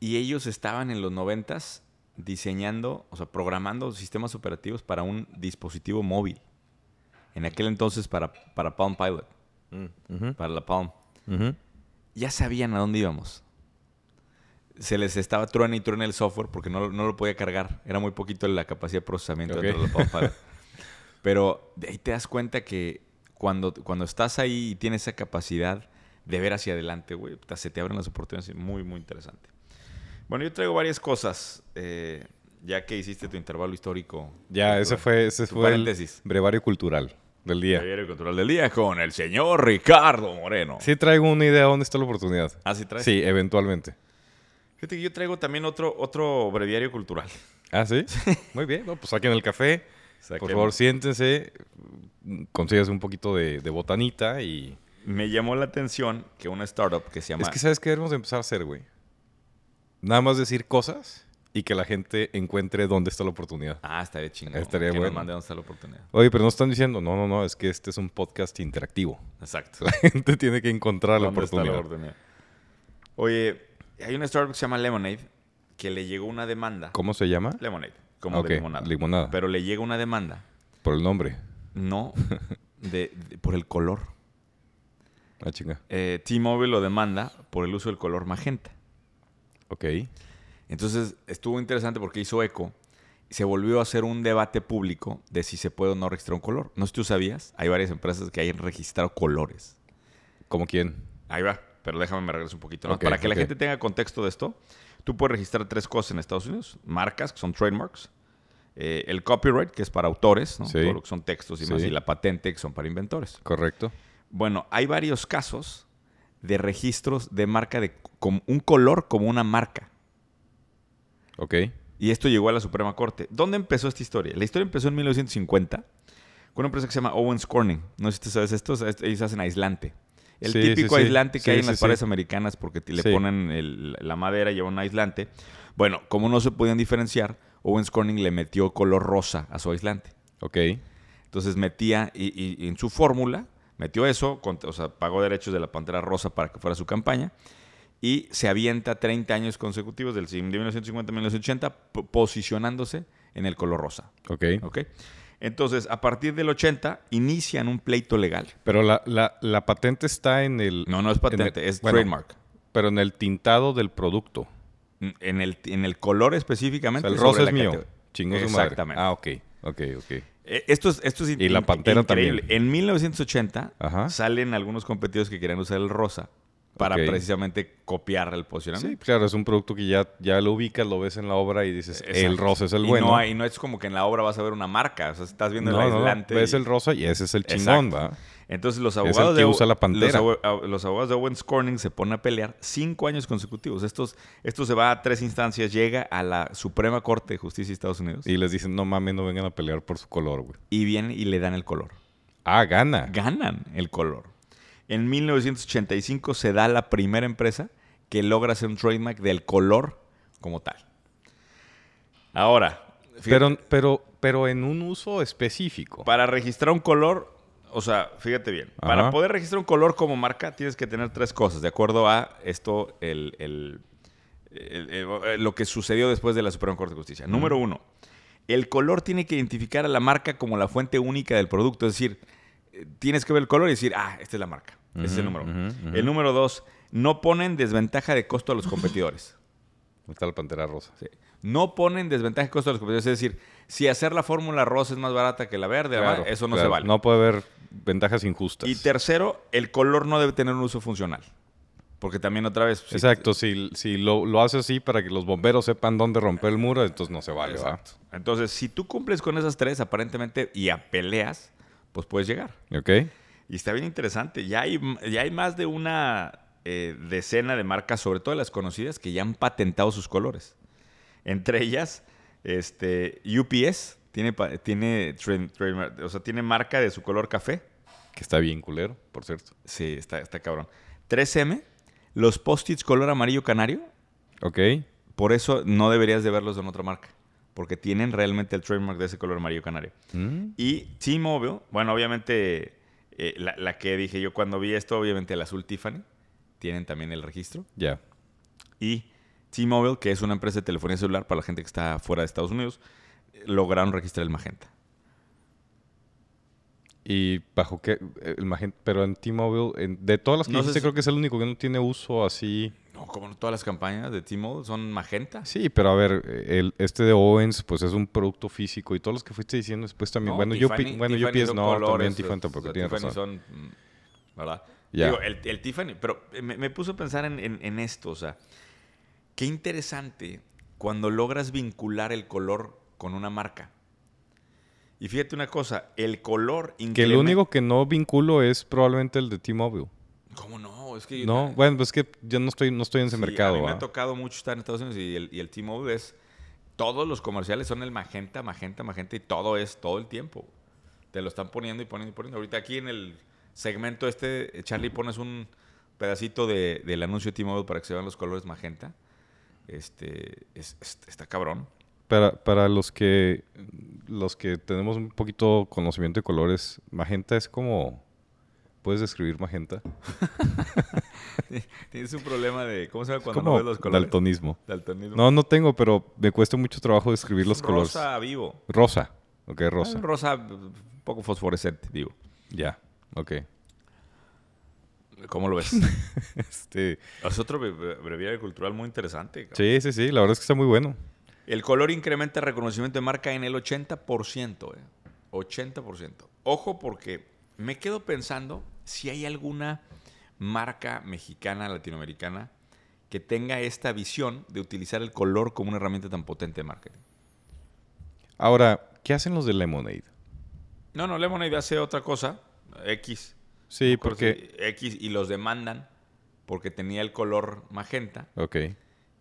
[SPEAKER 1] Y ellos estaban en los noventas diseñando, o sea, programando sistemas operativos para un dispositivo móvil. En aquel entonces para, para Palm Pilot,
[SPEAKER 2] Mm, ujú,
[SPEAKER 1] para la Palm.
[SPEAKER 2] ujú.
[SPEAKER 1] Ya sabían a dónde íbamos. Se les estaba truena y truena el software porque no, no lo podía cargar. Era muy poquito la capacidad de procesamiento
[SPEAKER 2] Ok.
[SPEAKER 1] dentro de la Palm Pilot. Pero de ahí te das cuenta que cuando, cuando estás ahí y tienes esa capacidad de ver hacia adelante, güey, puta, se te abren las oportunidades muy, muy interesante. Bueno, yo traigo varias cosas. eh, ya que hiciste tu intervalo histórico.
[SPEAKER 2] Ya, ese fue, ese
[SPEAKER 1] Tu
[SPEAKER 2] fue
[SPEAKER 1] paréntesis.
[SPEAKER 2] el brevario cultural del día.
[SPEAKER 1] Diario Cultural del Día con el señor Ricardo Moreno.
[SPEAKER 2] Sí traigo una idea de dónde está la oportunidad.
[SPEAKER 1] Ah, sí traes.
[SPEAKER 2] Sí, eventualmente.
[SPEAKER 1] Fíjate que yo traigo también otro, otro breviario cultural.
[SPEAKER 2] ¿Ah, sí? Muy bien. No, pues saquen el café. Por
[SPEAKER 1] Saquen-
[SPEAKER 2] favor, siéntense. Consíguense un poquito de, de botanita y...
[SPEAKER 1] Me llamó la atención que una startup que se llama...
[SPEAKER 2] Es que ¿sabes qué debemos de empezar a hacer, güey? Nada más decir cosas y que la gente encuentre dónde está la oportunidad.
[SPEAKER 1] Ah, estaría chingón.
[SPEAKER 2] Estaría
[SPEAKER 1] que
[SPEAKER 2] bueno.
[SPEAKER 1] nos mande dónde está la oportunidad.
[SPEAKER 2] Oye, pero no están diciendo, no, no, no, es que este es un podcast interactivo.
[SPEAKER 1] Exacto.
[SPEAKER 2] La gente tiene que encontrar la
[SPEAKER 1] ¿Dónde está
[SPEAKER 2] oportunidad.
[SPEAKER 1] oportunidad? Oye, hay una startup que se llama Lemonade que le llegó una demanda.
[SPEAKER 2] ¿Cómo se llama?
[SPEAKER 1] Lemonade, como
[SPEAKER 2] Ok,
[SPEAKER 1] de limonada.
[SPEAKER 2] limonada.
[SPEAKER 1] Pero le llega una demanda,
[SPEAKER 2] Por el nombre.
[SPEAKER 1] no de, de- por el color.
[SPEAKER 2] Ah, chinga.
[SPEAKER 1] Eh, T-Mobile lo demanda por el uso del color magenta.
[SPEAKER 2] Ok.
[SPEAKER 1] Entonces estuvo interesante porque hizo eco. Se volvió a hacer un debate público de si se puede o no registrar un color. No sé si tú sabías, hay varias empresas que hayan registrado colores.
[SPEAKER 2] ¿Como quién?
[SPEAKER 1] Ahí va, pero déjame me regreso un poquito. ¿no?
[SPEAKER 2] Ok,
[SPEAKER 1] Para que la
[SPEAKER 2] ok.
[SPEAKER 1] gente tenga contexto de esto, tú puedes registrar tres cosas en Estados Unidos: marcas, que son trademarks, eh, el copyright, que es para autores, ¿no?
[SPEAKER 2] Sí.
[SPEAKER 1] todo lo que son textos y más,
[SPEAKER 2] Sí.
[SPEAKER 1] y la patente, que son para inventores.
[SPEAKER 2] Correcto.
[SPEAKER 1] Bueno, hay varios casos de registros de marca de con un color como una marca.
[SPEAKER 2] Ok.
[SPEAKER 1] Y esto llegó a la Suprema Corte. ¿Dónde empezó esta historia? La historia empezó en 1950 con una empresa que se llama Owens Corning. No sé si tú sabes esto, o sea, ellos hacen aislante. El
[SPEAKER 2] Sí,
[SPEAKER 1] típico
[SPEAKER 2] sí, sí.
[SPEAKER 1] aislante que
[SPEAKER 2] Sí,
[SPEAKER 1] hay en
[SPEAKER 2] sí,
[SPEAKER 1] las
[SPEAKER 2] sí.
[SPEAKER 1] paredes americanas porque te- le
[SPEAKER 2] Sí.
[SPEAKER 1] ponen el- la madera y llevan un aislante. Bueno, como no se podían diferenciar, Owens Corning le metió color rosa a su aislante.
[SPEAKER 2] Ok.
[SPEAKER 1] Entonces metía, y, y- y en su fórmula, metió eso, con- o sea, pagó derechos de la Pantera Rosa para que fuera su campaña, y se avienta 30 años consecutivos, del cin- de 1950 a 1980, po- posicionándose en el color rosa.
[SPEAKER 2] Ok.
[SPEAKER 1] ¿ok? Entonces, a partir del 80, inician un pleito legal.
[SPEAKER 2] Pero la, la, la patente está en el...
[SPEAKER 1] No, no es patente,
[SPEAKER 2] en el-
[SPEAKER 1] es
[SPEAKER 2] bueno,
[SPEAKER 1] trademark.
[SPEAKER 2] Pero en el tintado del producto.
[SPEAKER 1] En el, en el color
[SPEAKER 2] O
[SPEAKER 1] específicamente.
[SPEAKER 2] sea, el
[SPEAKER 1] sobre
[SPEAKER 2] rosa
[SPEAKER 1] la
[SPEAKER 2] es mío.
[SPEAKER 1] cate-
[SPEAKER 2] Chingo su madre.
[SPEAKER 1] Exactamente.
[SPEAKER 2] Ah, ok. Ok, ok.
[SPEAKER 1] Eh, Esto es, esto es
[SPEAKER 2] Y la pantera
[SPEAKER 1] En 1980
[SPEAKER 2] Ajá.
[SPEAKER 1] salen algunos competidores que querían usar el rosa para
[SPEAKER 2] Ok.
[SPEAKER 1] precisamente copiar el
[SPEAKER 2] Sí,
[SPEAKER 1] posicionamiento.
[SPEAKER 2] claro, es un producto que ya, ya lo ubicas, lo ves en la obra y dices,
[SPEAKER 1] Exacto.
[SPEAKER 2] el rosa es el
[SPEAKER 1] y
[SPEAKER 2] bueno.
[SPEAKER 1] No, hay- no es como que en la obra vas a ver una marca, o sea, estás viendo
[SPEAKER 2] No,
[SPEAKER 1] el
[SPEAKER 2] no,
[SPEAKER 1] aislante.
[SPEAKER 2] ves
[SPEAKER 1] y-
[SPEAKER 2] el rosa y ese es el chingón,
[SPEAKER 1] Exacto.
[SPEAKER 2] ¿va?
[SPEAKER 1] Entonces los
[SPEAKER 2] el
[SPEAKER 1] abogados
[SPEAKER 2] que
[SPEAKER 1] de
[SPEAKER 2] usa la
[SPEAKER 1] los,
[SPEAKER 2] pantera.
[SPEAKER 1] abo- a- los abogados de Owens Corning se ponen a pelear cinco años consecutivos. Estos, esto se va a tres instancias, llega a la Suprema Corte de Justicia de Estados Unidos y,
[SPEAKER 2] Y les dicen, no mames, no vengan a pelear por su color, güey.
[SPEAKER 1] vienen y le dan el color.
[SPEAKER 2] Ah, gana.
[SPEAKER 1] Ganan el color. En 1985 se da la primera empresa que logra hacer un trademark del color como tal. Ahora, fíjate-
[SPEAKER 2] pero, pero, pero en un uso específico.
[SPEAKER 1] Para registrar un color, o sea, fíjate bien.
[SPEAKER 2] Ajá.
[SPEAKER 1] Para poder registrar un color como marca, tienes que tener tres cosas. De acuerdo a esto, el, el- el- el- lo que sucedió después de la Suprema Corte de Justicia. Número uno, el color tiene que identificar a la marca como la fuente única del producto. Es decir, eh, tienes que ver el color y decir, ah, esta es la marca. Ese es el
[SPEAKER 2] Ujú,
[SPEAKER 1] número uno.
[SPEAKER 2] ujú, ujú.
[SPEAKER 1] El número dos, no ponen desventaja de costo a los competidores.
[SPEAKER 2] Está la pantera rosa.
[SPEAKER 1] Sí. No ponen desventaja de costo a los competidores. Es decir, si hacer la fórmula rosa es más barata que la verde, la
[SPEAKER 2] Claro,
[SPEAKER 1] mar- eso no se
[SPEAKER 2] claro.
[SPEAKER 1] vale.
[SPEAKER 2] No puede haber ventajas injustas.
[SPEAKER 1] Y tercero, el color no debe tener un uso funcional. Porque también otra vez... si-
[SPEAKER 2] Exacto, si, si lo, lo hace así para que los bomberos sepan dónde romper el muro, entonces no se vale, ¿va?
[SPEAKER 1] Exacto. Entonces, si tú cumples con esas tres, aparentemente, y apeleas, pues puedes llegar.
[SPEAKER 2] ¿Ok?
[SPEAKER 1] Y está bien interesante. Ya hay, ya hay más de una eh, decena de marcas, sobre todo las conocidas, que ya han patentado sus colores. Entre ellas, este, UPS tiene, pa- tiene, tra- trademark- o sea, tiene marca de su color café.
[SPEAKER 2] Que está bien culero, por cierto.
[SPEAKER 1] Sí, está, está cabrón. 3M, los post-its color amarillo canario,
[SPEAKER 2] ¿Ok?
[SPEAKER 1] Por eso no deberías de verlos en otra marca, porque tienen realmente el trademark de ese color amarillo canario.
[SPEAKER 2] Mm.
[SPEAKER 1] Y T-Mobile, bueno, obviamente eh, la, la que dije yo cuando vi esto, obviamente el azul Tiffany, tienen también el registro.
[SPEAKER 2] Ya.
[SPEAKER 1] Y T-Mobile, que es una empresa de telefonía celular para la gente que está fuera de Estados Unidos, eh, lograron registrar el magenta.
[SPEAKER 2] ¿Y bajo qué? eh, El magenta, pero en T-Mobile, en- de todas las que
[SPEAKER 1] No sé
[SPEAKER 2] dijiste,
[SPEAKER 1] si-
[SPEAKER 2] creo que es el único que no tiene uso así.
[SPEAKER 1] No, como no todas las campañas de T-Mobile son magenta.
[SPEAKER 2] Sí, pero a ver, el, este de Owens, pues es un producto físico y todos los que fuiste diciendo después también.
[SPEAKER 1] No,
[SPEAKER 2] bueno,
[SPEAKER 1] Tiffany-
[SPEAKER 2] yo, bueno
[SPEAKER 1] Tiffany
[SPEAKER 2] UPS
[SPEAKER 1] son
[SPEAKER 2] no,
[SPEAKER 1] colores,
[SPEAKER 2] también Tiffany
[SPEAKER 1] o
[SPEAKER 2] tampoco
[SPEAKER 1] sea,
[SPEAKER 2] tiene
[SPEAKER 1] Tiffany
[SPEAKER 2] razón.
[SPEAKER 1] son, mm, ¿verdad?
[SPEAKER 2] Ya.
[SPEAKER 1] Digo, el, el Tiffany, pero me, me puso a pensar en, en- en esto, o sea, qué interesante cuando logras vincular el color con una marca. Y fíjate una cosa, el color
[SPEAKER 2] Que el único que no vinculo es probablemente el de T-Mobile.
[SPEAKER 1] ¿Cómo no? Es que yo-
[SPEAKER 2] No, bueno, pues es que yo no estoy, no estoy en ese
[SPEAKER 1] Sí,
[SPEAKER 2] mercado.
[SPEAKER 1] A mí me
[SPEAKER 2] ¿va?
[SPEAKER 1] ha tocado mucho estar en Estados Unidos y el, y el T-Mobile es. Todos los comerciales son el magenta, magenta, magenta y todo es todo el tiempo. Te lo están poniendo y poniendo y poniendo. Ahorita aquí en el segmento este, eh, Charlie, pones un pedacito de- del anuncio de T-Mobile para que se vean los colores magenta. Este, es- es- está cabrón.
[SPEAKER 2] Para, para los que los que tenemos un poquito conocimiento de colores, magenta es como. ¿Puedes describir magenta?
[SPEAKER 1] Tienes un problema de. ¿Cómo se llama
[SPEAKER 2] Es
[SPEAKER 1] cuando no
[SPEAKER 2] como
[SPEAKER 1] ves los colores?
[SPEAKER 2] daltonismo.
[SPEAKER 1] Daltonismo.
[SPEAKER 2] No, no tengo, pero me cuesta mucho trabajo describir
[SPEAKER 1] Es
[SPEAKER 2] los
[SPEAKER 1] un
[SPEAKER 2] colores.
[SPEAKER 1] Rosa vivo.
[SPEAKER 2] Rosa. Ok, rosa.
[SPEAKER 1] Un rosa eh, un poco fosforescente, digo.
[SPEAKER 2] Ya, ok.
[SPEAKER 1] ¿Cómo lo ves?
[SPEAKER 2] Este,
[SPEAKER 1] Es otro bre- bre- breviario cultural muy interesante. cabrón.
[SPEAKER 2] sí, sí, sí, la verdad es que está muy bueno.
[SPEAKER 1] El color incrementa el reconocimiento de marca en el 80%. eh. 80%. Ojo porque me quedo pensando si hay alguna marca mexicana, latinoamericana, que tenga esta visión de utilizar el color como una herramienta tan potente de marketing.
[SPEAKER 2] Ahora, ¿qué hacen los de Lemonade?
[SPEAKER 1] No, no, Lemonade hace otra cosa, X.
[SPEAKER 2] Sí,
[SPEAKER 1] Cosa
[SPEAKER 2] porque.
[SPEAKER 1] X y los demandan porque tenía el color magenta.
[SPEAKER 2] Ok.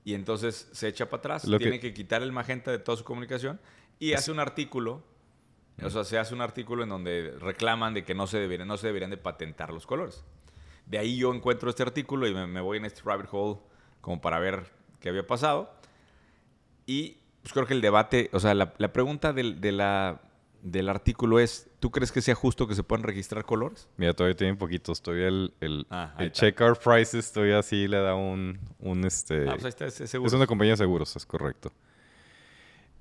[SPEAKER 1] Y entonces se echa para atrás,
[SPEAKER 2] Lo que-
[SPEAKER 1] tiene
[SPEAKER 2] Pues
[SPEAKER 1] que... quitar el magenta de toda su comunicación y hace un artículo. O sea, se hace un artículo en donde reclaman de que no se deberían, no se deberían de patentar los colores. De ahí yo encuentro este artículo y me, me voy en este rabbit hole como para ver qué había pasado. Y pues creo que el debate, o sea, la, la pregunta del, de la- del artículo es, ¿tú crees que sea justo que se puedan registrar colores?
[SPEAKER 2] Mira, todavía tienen poquitos. Todavía el, el,
[SPEAKER 1] Ah, ahí
[SPEAKER 2] el
[SPEAKER 1] está.
[SPEAKER 2] check our prices todavía así le da un, un este.
[SPEAKER 1] Ah, pues ahí está, ese seguro.
[SPEAKER 2] Es una compañía de seguros, es correcto.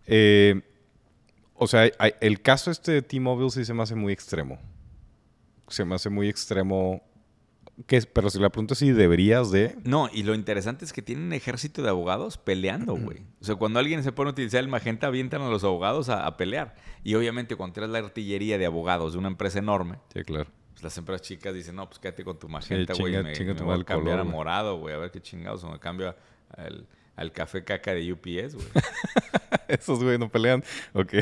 [SPEAKER 2] Eh, o sea, hay- hay- el caso este de T-Mobile sí se me hace muy extremo. Se me hace muy extremo. Que, es- pero si la pregunta es si deberías de...
[SPEAKER 1] No, y lo interesante es que tienen un ejército de abogados peleando, güey. O sea, cuando alguien se pone a utilizar el magenta, avientan a los abogados a, a pelear. Y obviamente, cuando traes la artillería de abogados de una empresa enorme,
[SPEAKER 2] Sí, claro.
[SPEAKER 1] pues las empresas chicas dicen, no, pues quédate con tu magenta,
[SPEAKER 2] Sí,
[SPEAKER 1] güey.
[SPEAKER 2] chinga-
[SPEAKER 1] me,
[SPEAKER 2] chinga
[SPEAKER 1] me
[SPEAKER 2] tu
[SPEAKER 1] voy
[SPEAKER 2] mal
[SPEAKER 1] a cambiar
[SPEAKER 2] color,
[SPEAKER 1] a
[SPEAKER 2] güey.
[SPEAKER 1] morado, güey. A ver qué chingados. O me cambio a- al, al café caca de UPS, güey.
[SPEAKER 2] Esos güey no pelean. Ok.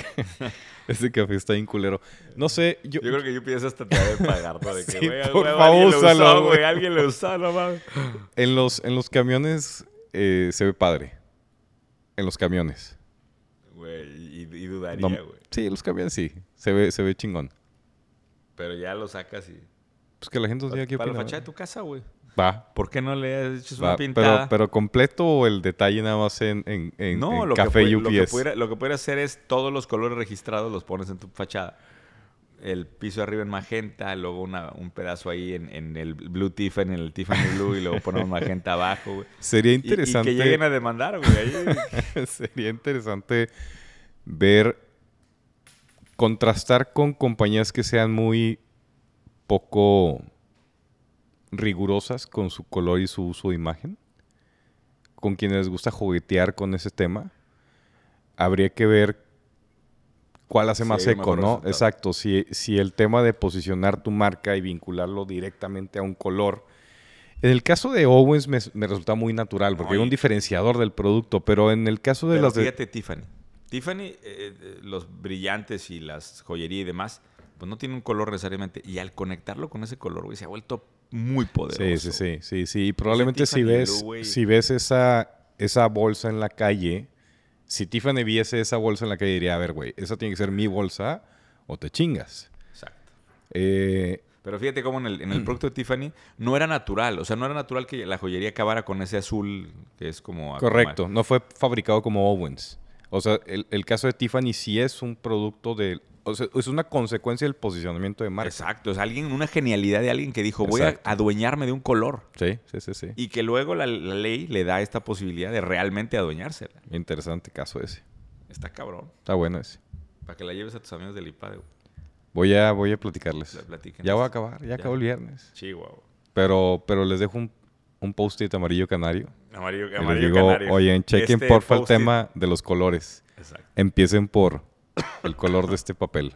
[SPEAKER 2] Ese café está bien culero. No sé, yo...
[SPEAKER 1] Yo creo que UPS hasta te debe pagar. ¿no? De que,
[SPEAKER 2] Sí,
[SPEAKER 1] güey,
[SPEAKER 2] por
[SPEAKER 1] güey,
[SPEAKER 2] favor,
[SPEAKER 1] alguien lo usó,
[SPEAKER 2] úsalo, güey.
[SPEAKER 1] güey. Alguien lo usó, no mames.
[SPEAKER 2] En, los, en los camiones eh, se ve padre. En los camiones.
[SPEAKER 1] Güey, y, y
[SPEAKER 2] No-
[SPEAKER 1] dudaría, güey.
[SPEAKER 2] sí, en los camiones sí. Se ve, se ve chingón.
[SPEAKER 1] Pero ya lo sacas y...
[SPEAKER 2] Pues que la gente no tiene
[SPEAKER 1] Para,
[SPEAKER 2] que
[SPEAKER 1] para la
[SPEAKER 2] opinar.
[SPEAKER 1] fachada de tu casa, güey.
[SPEAKER 2] Va,
[SPEAKER 1] ¿Por qué no le has hecho
[SPEAKER 2] Va,
[SPEAKER 1] una
[SPEAKER 2] pero,
[SPEAKER 1] pintada?
[SPEAKER 2] pero completo o el detalle nada más en, en, en-
[SPEAKER 1] no,
[SPEAKER 2] en
[SPEAKER 1] lo,
[SPEAKER 2] café
[SPEAKER 1] que, pue- lo, que
[SPEAKER 2] UPS.
[SPEAKER 1] pudiera, lo que pudiera hacer es todos los colores registrados los pones en tu fachada. El piso de arriba en magenta, luego una- un pedazo ahí en, en el blue Tiffany, en el Tiffany Blue, y luego ponemos magenta abajo, güey.
[SPEAKER 2] Sería
[SPEAKER 1] Y-
[SPEAKER 2] interesante.
[SPEAKER 1] Y, que lleguen a demandar, güey. ahí.
[SPEAKER 2] sería interesante ver contrastar con compañías que sean muy poco rigurosas con su color y su uso de imagen. Con quienes les gusta juguetear con ese tema. Habría que ver cuál hace
[SPEAKER 1] Si
[SPEAKER 2] más
[SPEAKER 1] hay un
[SPEAKER 2] eco,
[SPEAKER 1] mejor
[SPEAKER 2] ¿no?
[SPEAKER 1] resultado.
[SPEAKER 2] Exacto. Si, si el tema de posicionar tu marca y vincularlo directamente a un color. En el caso de Owens me, me resulta muy natural porque
[SPEAKER 1] Oye.
[SPEAKER 2] hay un diferenciador del producto, pero en el caso de
[SPEAKER 1] Pero
[SPEAKER 2] las de-
[SPEAKER 1] fíjate, Tiffany. Tiffany, eh, eh, los brillantes y las joyería y demás, pues no tiene un color necesariamente. Y al conectarlo con ese color, güey, se ha vuelto muy poderoso. Pues
[SPEAKER 2] Sí, sí, sí, sí, sí. Y probablemente si
[SPEAKER 1] Tiffany
[SPEAKER 2] ves,
[SPEAKER 1] Blue, güey.
[SPEAKER 2] si ves esa, esa bolsa en la calle, si Tiffany viese esa bolsa en la calle diría, a ver, güey, esa tiene que ser mi bolsa o te chingas.
[SPEAKER 1] Exacto.
[SPEAKER 2] Eh,
[SPEAKER 1] Pero fíjate cómo en el,
[SPEAKER 2] Mm.
[SPEAKER 1] en el producto de Tiffany no era natural. O sea, no era natural que la joyería acabara con ese azul que es como...
[SPEAKER 2] correcto, no fue fabricado como Owens. O sea, el, el caso de Tiffany sí es un producto de... O sea, es una consecuencia del posicionamiento de
[SPEAKER 1] como-
[SPEAKER 2] marca.
[SPEAKER 1] Exacto. Es alguien, una genialidad de alguien que dijo, voy a
[SPEAKER 2] Exacto.
[SPEAKER 1] adueñarme de un color.
[SPEAKER 2] Sí, sí, sí, sí.
[SPEAKER 1] Y que luego la, la ley le da esta posibilidad de realmente adueñársela.
[SPEAKER 2] Interesante caso ese.
[SPEAKER 1] Está cabrón.
[SPEAKER 2] Está bueno ese.
[SPEAKER 1] Para que la lleves a tus amigos del IPAD. güey.
[SPEAKER 2] Voy a, voy a platicarles.
[SPEAKER 1] La- platiquen
[SPEAKER 2] Ya voy a
[SPEAKER 1] esto.
[SPEAKER 2] acabar, ya,
[SPEAKER 1] Ya.
[SPEAKER 2] acabó el viernes.
[SPEAKER 1] Chihuahua.
[SPEAKER 2] Pero, pero les dejo un, un post-it amarillo canario.
[SPEAKER 1] Amarillo,
[SPEAKER 2] Y
[SPEAKER 1] amarillo
[SPEAKER 2] les digo,
[SPEAKER 1] canario.
[SPEAKER 2] oye, chequen
[SPEAKER 1] Este
[SPEAKER 2] porfa el
[SPEAKER 1] post-it-
[SPEAKER 2] tema de los colores.
[SPEAKER 1] Exacto.
[SPEAKER 2] Empiecen por el color de este papel.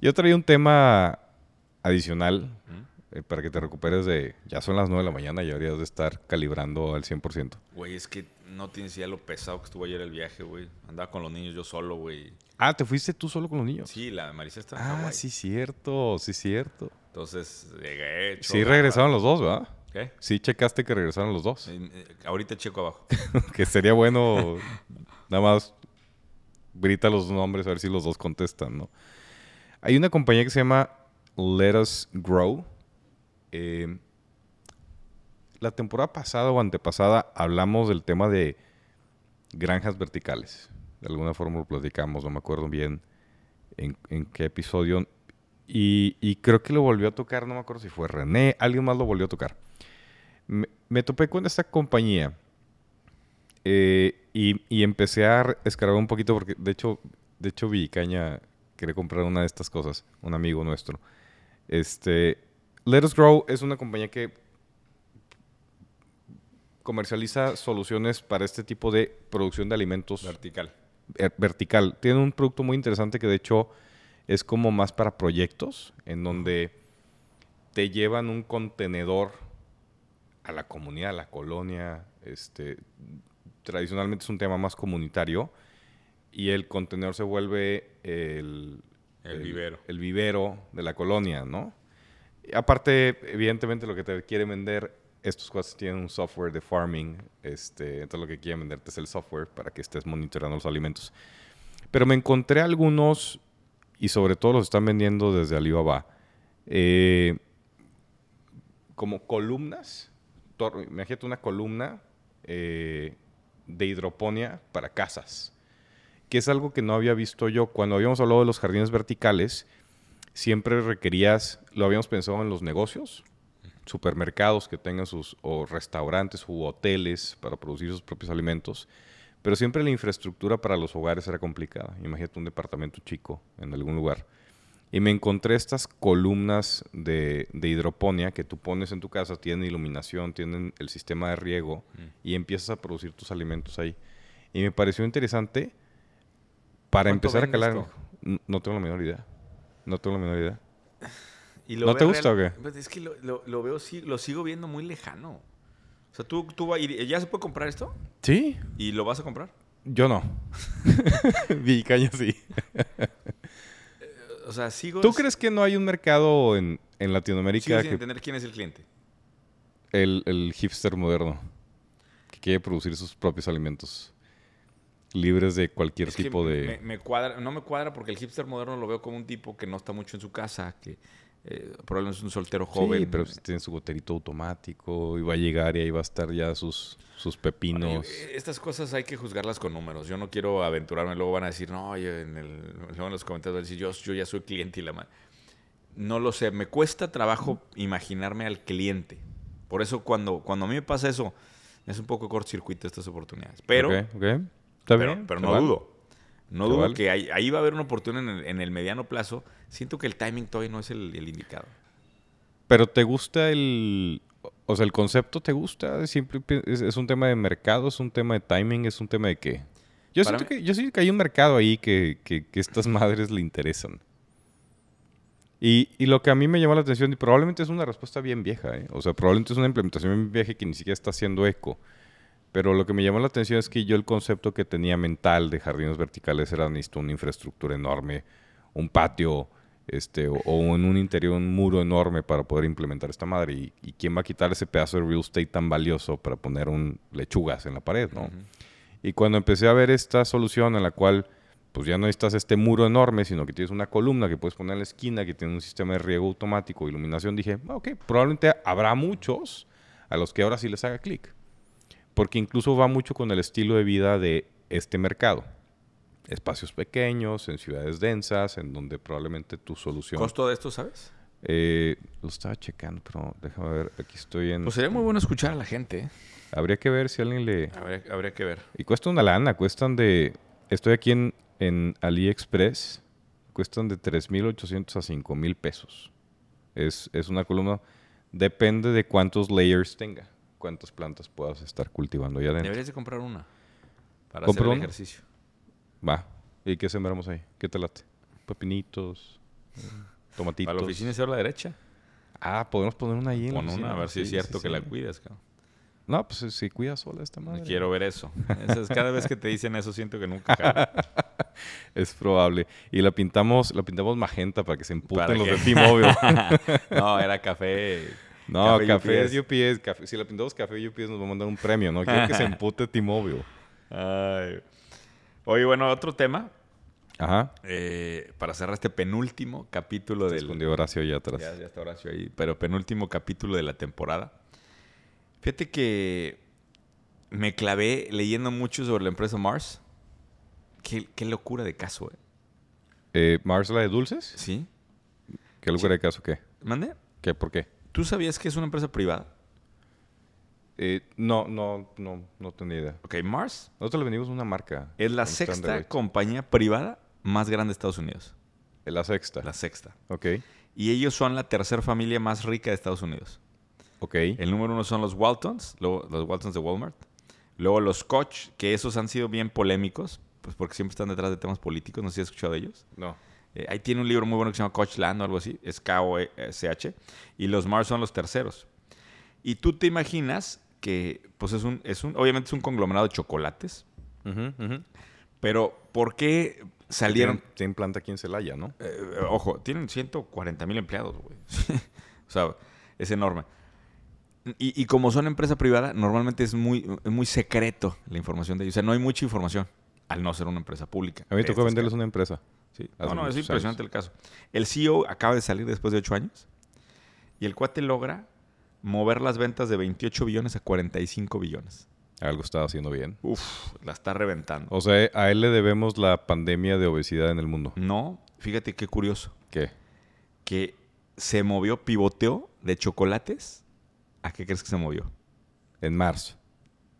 [SPEAKER 2] Yo traía un tema adicional
[SPEAKER 1] ¿Mm?
[SPEAKER 2] eh, para que te recuperes de... Ya son las 9 de la mañana y deberías de estar calibrando al 100%.
[SPEAKER 1] Güey, es que no tienes idea lo pesado que estuvo ayer el viaje, güey. Andaba con los niños yo solo, güey.
[SPEAKER 2] Ah, ¿te fuiste tú solo con los niños?
[SPEAKER 1] Sí, la Marisa está en
[SPEAKER 2] ah,
[SPEAKER 1] Hawái.
[SPEAKER 2] sí, cierto, sí, cierto.
[SPEAKER 1] Entonces, llegué hecho.
[SPEAKER 2] Sí
[SPEAKER 1] "Ah".
[SPEAKER 2] regresaron los dos, ¿verdad?
[SPEAKER 1] ¿Qué?
[SPEAKER 2] Sí checaste que regresaron los dos.
[SPEAKER 1] Eh, eh, Ahorita checo abajo.
[SPEAKER 2] que sería bueno nada más grita los nombres a ver si los dos contestan, ¿no? Hay una compañía que se llama Let Us Grow. Eh, la temporada pasada o antepasada hablamos del tema de granjas verticales. De alguna forma lo platicamos, no me acuerdo bien en, en qué episodio. Y, y creo que lo volvió a tocar, no me acuerdo si fue René, alguien más lo volvió a tocar. Me, me topé con esta compañía eh, y, y empecé a re- escarbar un poquito porque de hecho, de hecho Villicaña quería comprar una de estas cosas, un amigo nuestro. Este, Let Us Grow es una compañía que comercializa soluciones para este tipo de producción de alimentos
[SPEAKER 1] Vertical.
[SPEAKER 2] ver- eh, vertical. Tiene un producto muy interesante que de hecho es como más para proyectos, en donde te llevan un contenedor a la comunidad, a la colonia. Este, tradicionalmente es un tema más comunitario y el contenedor se vuelve el,
[SPEAKER 1] El vivero.
[SPEAKER 2] el vivero de la colonia, ¿no? Y aparte, evidentemente, lo que te quieren vender, estos cosas tienen un software de farming, este, entonces lo que quieren venderte es el software para que estés monitoreando los alimentos. Pero me encontré algunos, y sobre todo los están vendiendo desde Alibaba, eh, como columnas, tor- imagínate una columna eh, de hidroponía para casas, que es algo que no había visto yo. Cuando habíamos hablado de los jardines verticales, siempre requerías, lo habíamos pensado en los negocios, supermercados que tengan sus, o restaurantes u hoteles para producir sus propios alimentos, pero siempre la infraestructura para los hogares era complicada. Imagínate un departamento chico en algún lugar. Y me encontré estas columnas de, de hidroponía que tú pones en tu casa, tienen iluminación, tienen el sistema de riego y empiezas a producir tus alimentos ahí. Y me pareció interesante para
[SPEAKER 1] ¿Cuánto
[SPEAKER 2] empezar a
[SPEAKER 1] vende
[SPEAKER 2] calar.
[SPEAKER 1] esto?
[SPEAKER 2] N- No tengo la menor idea. No tengo la menor idea.
[SPEAKER 1] Y
[SPEAKER 2] Mm. ¿No
[SPEAKER 1] veo
[SPEAKER 2] te gusta o qué?
[SPEAKER 1] Pues Es que lo, lo- lo veo, sí, lo sigo viendo muy lejano. O sea, tú, tú vas y- eh, ¿ya se puede comprar esto?
[SPEAKER 2] ¿Sí?
[SPEAKER 1] ¿Y lo vas a comprar?
[SPEAKER 2] Yo no. Vicaña sí.
[SPEAKER 1] O sea, sigo...
[SPEAKER 2] ¿Tú crees que no hay un mercado en, en
[SPEAKER 1] sigo
[SPEAKER 2] Latinoamérica
[SPEAKER 1] sin
[SPEAKER 2] que
[SPEAKER 1] entender quién es el cliente.
[SPEAKER 2] el, el hipster moderno que quiere producir sus propios alimentos libres de cualquier
[SPEAKER 1] Es que
[SPEAKER 2] tipo de...
[SPEAKER 1] me, me cuadra, no me cuadra porque el hipster moderno lo veo como un tipo que no está mucho en su casa, que eh, probablemente es un soltero joven.
[SPEAKER 2] Sí, pero pues tiene su goterito automático y va a llegar y ahí va a estar ya sus, sus pepinos.
[SPEAKER 1] Eh, Estas cosas hay que juzgarlas con números. Yo no quiero aventurarme. Luego van a decir, no, yo en, el- luego en los comentarios van a decir, yo, yo ya soy cliente y la madre. No lo sé. Me cuesta trabajo imaginarme al cliente. Por eso cuando, cuando a mí me pasa eso, es un poco cortocircuito estas oportunidades. Pero,
[SPEAKER 2] Ok, ok. Está
[SPEAKER 1] pero,
[SPEAKER 2] bien,
[SPEAKER 1] pero
[SPEAKER 2] se
[SPEAKER 1] no
[SPEAKER 2] vale.
[SPEAKER 1] dudo. No
[SPEAKER 2] Se
[SPEAKER 1] dudo
[SPEAKER 2] vale.
[SPEAKER 1] que ahí, ahí va a haber una oportunidad en el, en el mediano plazo. Siento que el timing todavía no es el, el indicado.
[SPEAKER 2] Pero te gusta el... O sea, el concepto te gusta, Siempre pi- es, es un tema de mercado, es un tema de timing, es un tema de qué. Yo
[SPEAKER 1] Para
[SPEAKER 2] siento,
[SPEAKER 1] mí-
[SPEAKER 2] que, yo siento que hay un mercado ahí que, que- que estas madres le interesan. Y, y lo que a mí me llamó la atención, y probablemente es una respuesta bien vieja, ¿eh? o sea, probablemente es una implementación bien vieja que ni siquiera está haciendo eco. Pero lo que me llamó la atención es que yo el concepto que tenía mental de jardines verticales era necesito una infraestructura enorme, un patio, este, o, o en un interior un muro enorme para poder implementar esta madre. ¿Y, y quién va a quitar ese pedazo de real estate tan valioso para poner un lechugas en la pared, no?
[SPEAKER 1] Ujú.
[SPEAKER 2] Y cuando empecé a ver esta solución en la cual pues ya no necesitas este muro enorme, sino que tienes una columna que puedes poner en la esquina, que tiene un sistema de riego automático, iluminación, dije, "Ah, ok, probablemente habrá muchos a los que ahora sí les haga clic. Porque incluso va mucho con el estilo de vida de este mercado. Espacios pequeños, en ciudades densas, en donde probablemente tu solución...
[SPEAKER 1] ¿Costo de esto, sabes?
[SPEAKER 2] Eh, lo estaba checando, pero déjame ver, aquí estoy en...
[SPEAKER 1] Pues sería muy bueno escuchar a la gente. ¿eh?
[SPEAKER 2] Habría que ver si alguien le...
[SPEAKER 1] Habría, habría que ver.
[SPEAKER 2] Y cuesta una lana, cuestan de... Estoy aquí en, en AliExpress, cuestan de 3.800 a 5.000 pesos. Es, es una columna, depende de cuántos layers tenga, cuántas plantas puedas estar cultivando allá adentro.
[SPEAKER 1] Deberías de comprar una para
[SPEAKER 2] ¿Compro
[SPEAKER 1] hacer el
[SPEAKER 2] una?
[SPEAKER 1] ejercicio.
[SPEAKER 2] Va. ¿Y qué sembramos ahí? ¿Qué te late? Pepinitos, eh, tomatitos.
[SPEAKER 1] Para la oficina es a la derecha.
[SPEAKER 2] Ah, podemos poner una ahí en la
[SPEAKER 1] Pon
[SPEAKER 2] oficina?
[SPEAKER 1] una, a ver si es
[SPEAKER 2] Sí,
[SPEAKER 1] cierto
[SPEAKER 2] sí,
[SPEAKER 1] que
[SPEAKER 2] sí.
[SPEAKER 1] la cuidas, cabrón.
[SPEAKER 2] No, pues si- si cuida sola esta madre.
[SPEAKER 1] Quiero ver eso. Eso es- cada vez que te dicen eso, siento que nunca acaba.
[SPEAKER 2] Es probable. Y la pintamos, la pintamos magenta para que se
[SPEAKER 1] Para
[SPEAKER 2] emputen los
[SPEAKER 1] que-
[SPEAKER 2] de T-Mobile.
[SPEAKER 1] No, era café.
[SPEAKER 2] No,
[SPEAKER 1] Café
[SPEAKER 2] café,
[SPEAKER 1] UPS.
[SPEAKER 2] es UPS. café- si la pintamos café UPS nos va a mandar un premio, ¿no? Quiero que se empute T-Mobile.
[SPEAKER 1] Ay. Oye, bueno, otro tema.
[SPEAKER 2] Ajá.
[SPEAKER 1] eh, para cerrar este penúltimo capítulo
[SPEAKER 2] Se
[SPEAKER 1] del.
[SPEAKER 2] escondió Horacio allá atrás.
[SPEAKER 1] Ya, ya está Horacio ahí. Pero penúltimo capítulo de la temporada. Fíjate que me clavé leyendo mucho sobre la empresa Mars. Qué, qué locura de caso, ¿eh?
[SPEAKER 2] Eh, Mars, la de dulces.
[SPEAKER 1] ¿Sí?
[SPEAKER 2] ¿Qué lugar de caso qué?
[SPEAKER 1] ¿Mande?
[SPEAKER 2] ¿Qué? ¿Por qué?
[SPEAKER 1] ¿Tú sabías que es una empresa privada?
[SPEAKER 2] Eh, no, no, no, no tenía idea.
[SPEAKER 1] Ok, Mars
[SPEAKER 2] Nosotros le vendimos una marca.
[SPEAKER 1] es la
[SPEAKER 2] Un stand de
[SPEAKER 1] sexta
[SPEAKER 2] Deloitte.
[SPEAKER 1] compañía privada más grande de Estados Unidos.
[SPEAKER 2] Eh, La sexta.
[SPEAKER 1] La sexta.
[SPEAKER 2] Ok.
[SPEAKER 1] Y ellos son la tercera familia más rica de Estados Unidos.
[SPEAKER 2] Ok.
[SPEAKER 1] El número uno son los Waltons, luego los Waltons de Walmart. Luego los Koch, que esos han sido bien polémicos, pues porque siempre están detrás de temas políticos. No sé si has escuchado de ellos.
[SPEAKER 2] No.
[SPEAKER 1] Eh, ahí tiene un libro muy bueno que se llama Coach Land o algo así, es K-O-C-H, y los Mars son los terceros. Y tú te imaginas que, pues es un, es un, obviamente es un conglomerado de chocolates, pero ¿por qué salieron?
[SPEAKER 2] Tienen, tienen planta aquí en Celaya, ¿no?
[SPEAKER 1] Eh, ojo, tienen 140 mil empleados, güey. o sea, es enorme. Y, y como son empresa privada, normalmente es muy, es muy secreto la información de ellos. O sea, no hay mucha información al no ser una empresa pública.
[SPEAKER 2] A mí me
[SPEAKER 1] de
[SPEAKER 2] tocó
[SPEAKER 1] estas
[SPEAKER 2] venderles una empresa.
[SPEAKER 1] Sí.
[SPEAKER 2] Hace
[SPEAKER 1] No, no, es
[SPEAKER 2] muchos
[SPEAKER 1] impresionante el
[SPEAKER 2] años.
[SPEAKER 1] caso. El CEO acaba de salir después de ocho años y el cuate logra mover las ventas de 28 billones a 45 billones.
[SPEAKER 2] Algo estaba haciendo bien.
[SPEAKER 1] Uf, la está reventando.
[SPEAKER 2] O sea, a él le debemos la pandemia de obesidad en el mundo.
[SPEAKER 1] No, fíjate qué curioso,
[SPEAKER 2] ¿Qué?
[SPEAKER 1] que se movió, pivoteó de chocolates. ¿A qué crees que se movió?
[SPEAKER 2] En Mars.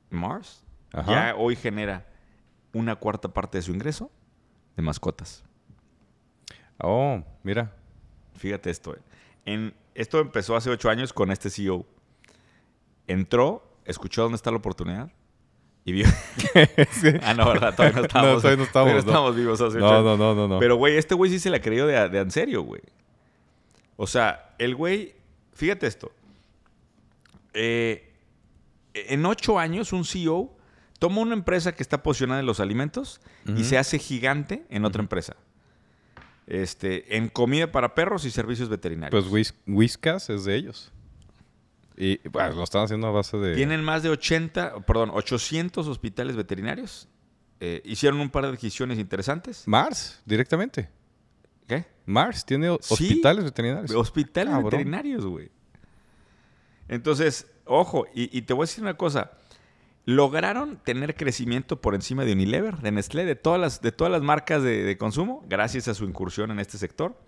[SPEAKER 1] Mars.
[SPEAKER 2] Ajá.
[SPEAKER 1] Ya hoy genera una cuarta parte de su ingreso de mascotas.
[SPEAKER 2] Oh, mira.
[SPEAKER 1] Fíjate esto. eh. En, esto empezó hace ocho años con este CEO. Entró, escuchó dónde está la oportunidad y vio. ah, no, ¿verdad? Todavía no
[SPEAKER 2] No,
[SPEAKER 1] estábamos,
[SPEAKER 2] todavía no estábamos, no.
[SPEAKER 1] vivos hace ocho
[SPEAKER 2] No,
[SPEAKER 1] años.
[SPEAKER 2] no, no, no, no.
[SPEAKER 1] Pero, güey, este güey sí se la creyó de, a- de en serio, güey. O sea, el güey. Fíjate esto. Eh, en ocho años, un CEO toma una empresa que está posicionada en los alimentos y
[SPEAKER 2] Ujú.
[SPEAKER 1] se hace gigante en otra empresa. Este, en comida para perros y servicios veterinarios.
[SPEAKER 2] Pues Whis- Whiskas es de ellos. Y pues, lo están haciendo a base de...
[SPEAKER 1] Tienen más de 80, perdón, 800 hospitales veterinarios. Eh, hicieron un par de adquisiciones interesantes.
[SPEAKER 2] Mm. Mars, directamente.
[SPEAKER 1] ¿Qué?
[SPEAKER 2] Mars tiene o-
[SPEAKER 1] Sí.
[SPEAKER 2] hospitales veterinarios.
[SPEAKER 1] Hospitales
[SPEAKER 2] Cabrón.
[SPEAKER 1] veterinarios, güey. Entonces, ojo, y, y te voy a decir una cosa. Lograron tener crecimiento por encima de Unilever, de Nestlé, de todas las, de todas las marcas de, de consumo, gracias a su incursión en este sector.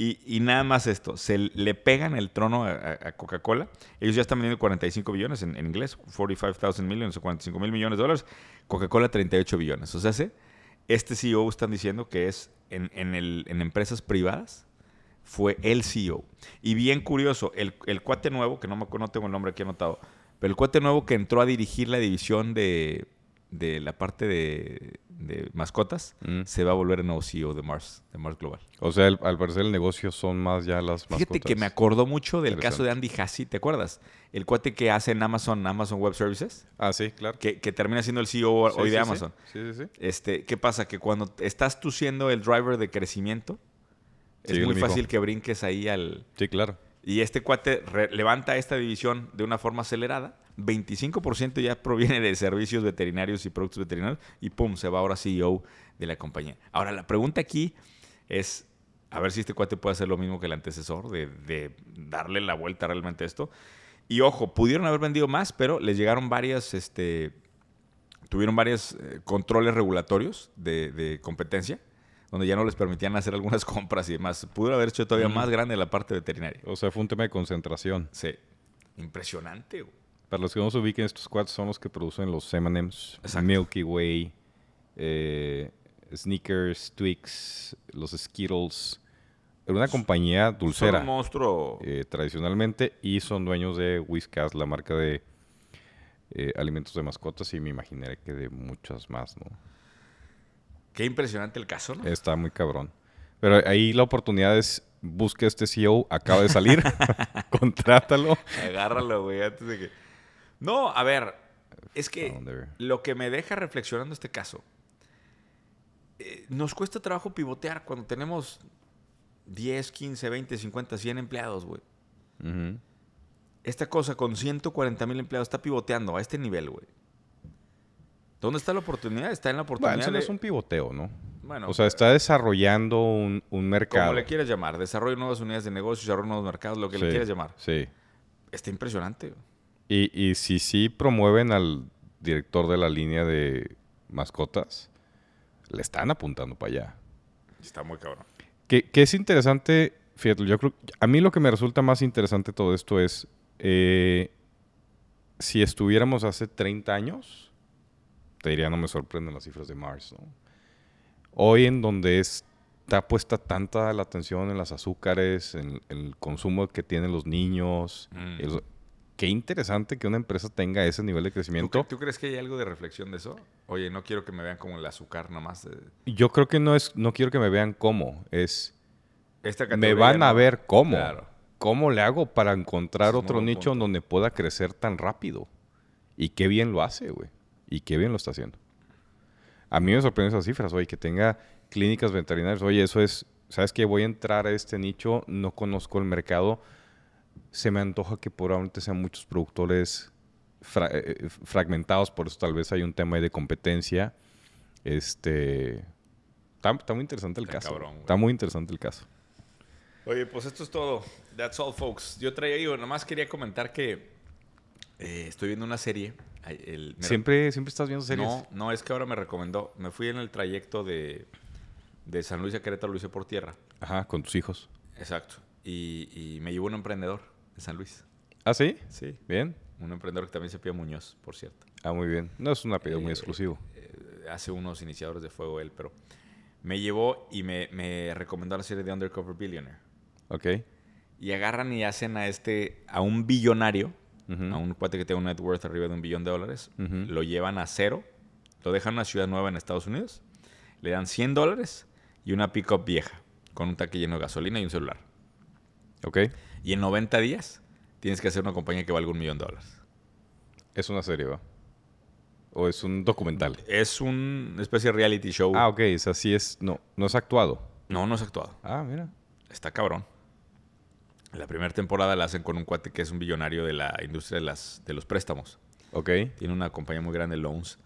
[SPEAKER 1] Y, y nada más esto, se le pegan el trono a, a- a Coca-Cola. Ellos ya están vendiendo 45 billones en, en inglés, 45,000 millones o 45 mil millones de dólares. Coca-Cola 38 billones. O sea, se- este CEO están diciendo que es en, en el- en empresas privadas, fue el CEO. Y bien curioso, el, el cuate nuevo, que no, me, acu- no tengo el nombre aquí anotado, pero el cuate nuevo que entró a dirigir la división de, de la parte de, de mascotas,
[SPEAKER 2] Mm.
[SPEAKER 1] se va a volver el nuevo CEO de Mars, de Mars Global.
[SPEAKER 2] O sea, el- al parecer el negocio son más ya las
[SPEAKER 1] Fíjate que
[SPEAKER 2] mascotas.
[SPEAKER 1] me acordó mucho del caso
[SPEAKER 2] Interesante.
[SPEAKER 1] de Andy Hassi, ¿te acuerdas? El cuate que hace en Amazon, Amazon Web Services,
[SPEAKER 2] Ah, sí, claro.
[SPEAKER 1] que, que termina siendo el CEO
[SPEAKER 2] Sí,
[SPEAKER 1] hoy de
[SPEAKER 2] sí, sí.
[SPEAKER 1] Amazon.
[SPEAKER 2] Sí, sí, sí.
[SPEAKER 1] Este, ¿Qué pasa? Que cuando estás tú siendo el driver de crecimiento, es
[SPEAKER 2] Sí,
[SPEAKER 1] muy
[SPEAKER 2] mijo.
[SPEAKER 1] fácil que brinques ahí al...
[SPEAKER 2] Sí, claro.
[SPEAKER 1] Y este cuate re- levanta esta división de una forma acelerada. 25% ya proviene de servicios veterinarios y productos veterinarios. Y pum, se va ahora CEO de la compañía. Ahora, la pregunta aquí es a ver si este cuate puede hacer lo mismo que el antecesor, de, de darle la vuelta realmente a esto. Y ojo, pudieron haber vendido más, pero les llegaron varias, este, tuvieron varios eh, controles regulatorios de, de competencia, donde ya no les permitían hacer algunas compras y demás. Pudo haber hecho todavía
[SPEAKER 2] Mm.
[SPEAKER 1] más grande la parte veterinaria.
[SPEAKER 2] O sea, fue un tema de concentración.
[SPEAKER 1] Sí. Impresionante, güey.
[SPEAKER 2] Para los que no se ubiquen, estos cuates son los que producen los M&M's,
[SPEAKER 1] Exacto.
[SPEAKER 2] Milky Way, eh, Sneakers, Twix, los Skittles. Era una compañía
[SPEAKER 1] Son
[SPEAKER 2] dulcera
[SPEAKER 1] un monstruo.
[SPEAKER 2] eh, tradicionalmente y son dueños de Whiskas, la marca de eh, alimentos de mascotas y me imaginaré que de muchas más, ¿no?
[SPEAKER 1] Qué impresionante el caso, ¿no?
[SPEAKER 2] Está muy cabrón. Pero ahí la oportunidad es busca este CEO, acaba de salir, contrátalo.
[SPEAKER 1] Agárralo, güey, antes de que... No, a ver, es que lo que me deja reflexionando este caso, eh, nos cuesta trabajo pivotear cuando tenemos 10, 15, 20, 50, 100 empleados, güey.
[SPEAKER 2] Ujú.
[SPEAKER 1] Esta cosa con 140 mil empleados está pivoteando a este nivel, güey. ¿Dónde está la oportunidad? Está en la oportunidad.
[SPEAKER 2] Bueno, eso no
[SPEAKER 1] de-
[SPEAKER 2] es un pivoteo, ¿no?
[SPEAKER 1] Bueno,
[SPEAKER 2] o sea, está desarrollando un, un mercado.
[SPEAKER 1] Como le quieras llamar, desarrollo nuevas unidades de negocio, desarrollo nuevos mercados, lo que le
[SPEAKER 2] Sí,
[SPEAKER 1] quieras llamar.
[SPEAKER 2] Sí.
[SPEAKER 1] Está impresionante. güey.
[SPEAKER 2] Y, y si sí promueven al director de la línea de mascotas, le están apuntando para allá.
[SPEAKER 1] Está muy cabrón.
[SPEAKER 2] Que, que es interesante, fíjate, yo creo, a mí lo que me resulta más interesante de todo esto es, eh, si estuviéramos hace 30 años, te diría, no me sorprenden las cifras de Mars, ¿no? Hoy en donde está puesta tanta la atención en las azúcares, en, en el consumo que tienen los niños,
[SPEAKER 1] Mm.
[SPEAKER 2] el- qué interesante que una empresa tenga ese nivel de
[SPEAKER 1] ¿Tú,
[SPEAKER 2] crecimiento.
[SPEAKER 1] cre- tú crees que hay algo de reflexión de eso? Oye, no quiero que me vean como el azúcar nomás. de-
[SPEAKER 2] Yo creo que no es, no quiero que me vean cómo, es...
[SPEAKER 1] Esta
[SPEAKER 2] me
[SPEAKER 1] categoría
[SPEAKER 2] van a
[SPEAKER 1] no.
[SPEAKER 2] ver cómo.
[SPEAKER 1] Claro.
[SPEAKER 2] ¿Cómo le hago para encontrar
[SPEAKER 1] Es un
[SPEAKER 2] otro
[SPEAKER 1] buen
[SPEAKER 2] nicho en
[SPEAKER 1] punto.
[SPEAKER 2] donde pueda crecer tan rápido? Y qué bien lo hace, güey. Y qué bien lo está haciendo. A mí me sorprenden esas cifras, oye, que tenga clínicas veterinarias. Oye, eso es, ¿sabes qué? Voy a entrar a este nicho, no conozco el mercado. Se me antoja que probablemente sean muchos productores fra- eh, eh, fragmentados, por eso tal vez hay un tema ahí de competencia. Este. Está, está muy interesante el
[SPEAKER 1] Está
[SPEAKER 2] caso.
[SPEAKER 1] cabrón, güey.
[SPEAKER 2] está muy interesante el caso.
[SPEAKER 1] Oye, pues esto es todo. That's all, folks. Yo traía, digo, nomás quería comentar que eh, estoy viendo una serie. Ay, el- me
[SPEAKER 2] Siempre, siempre estás viendo series.
[SPEAKER 1] No, no, es que ahora me recomendó. Me fui en el trayecto de, de San Luis a Querétaro, lo hice por tierra.
[SPEAKER 2] Ajá, con tus hijos.
[SPEAKER 1] Exacto. Y, y me llevó un emprendedor de San Luis.
[SPEAKER 2] ¿Ah, sí?
[SPEAKER 1] Sí.
[SPEAKER 2] Bien.
[SPEAKER 1] Un emprendedor que también se pide Muñoz, por cierto.
[SPEAKER 2] Ah, muy bien. No es un apellido muy
[SPEAKER 1] Eh,
[SPEAKER 2] exclusivo.
[SPEAKER 1] Eh, hace unos iniciadores de fuego él, pero me llevó y me, me recomendó la serie de Undercover Billionaire.
[SPEAKER 2] Ok.
[SPEAKER 1] Y agarran y hacen a este, a un billonario,
[SPEAKER 2] Ujú.
[SPEAKER 1] a un cuate que tiene un net worth arriba de un billón de dólares,
[SPEAKER 2] Ujú.
[SPEAKER 1] lo llevan a cero, lo dejan en una ciudad nueva en Estados Unidos, le dan 100 dólares y una pick-up vieja con un tanque lleno de gasolina y un celular.
[SPEAKER 2] Ok.
[SPEAKER 1] Y en 90 días tienes que hacer una compañía que valga un millón de dólares.
[SPEAKER 2] Es una serie, ¿va? O es un documental.
[SPEAKER 1] Es una especie de reality show.
[SPEAKER 2] Ah, ok. O sea, sí es. No, no es actuado.
[SPEAKER 1] No, no es actuado.
[SPEAKER 2] Ah, mira.
[SPEAKER 1] Está cabrón. La primera temporada la hacen con un cuate que es un billonario de la industria de, las, de los préstamos.
[SPEAKER 2] Ok.
[SPEAKER 1] Tiene una compañía muy grande, Loans.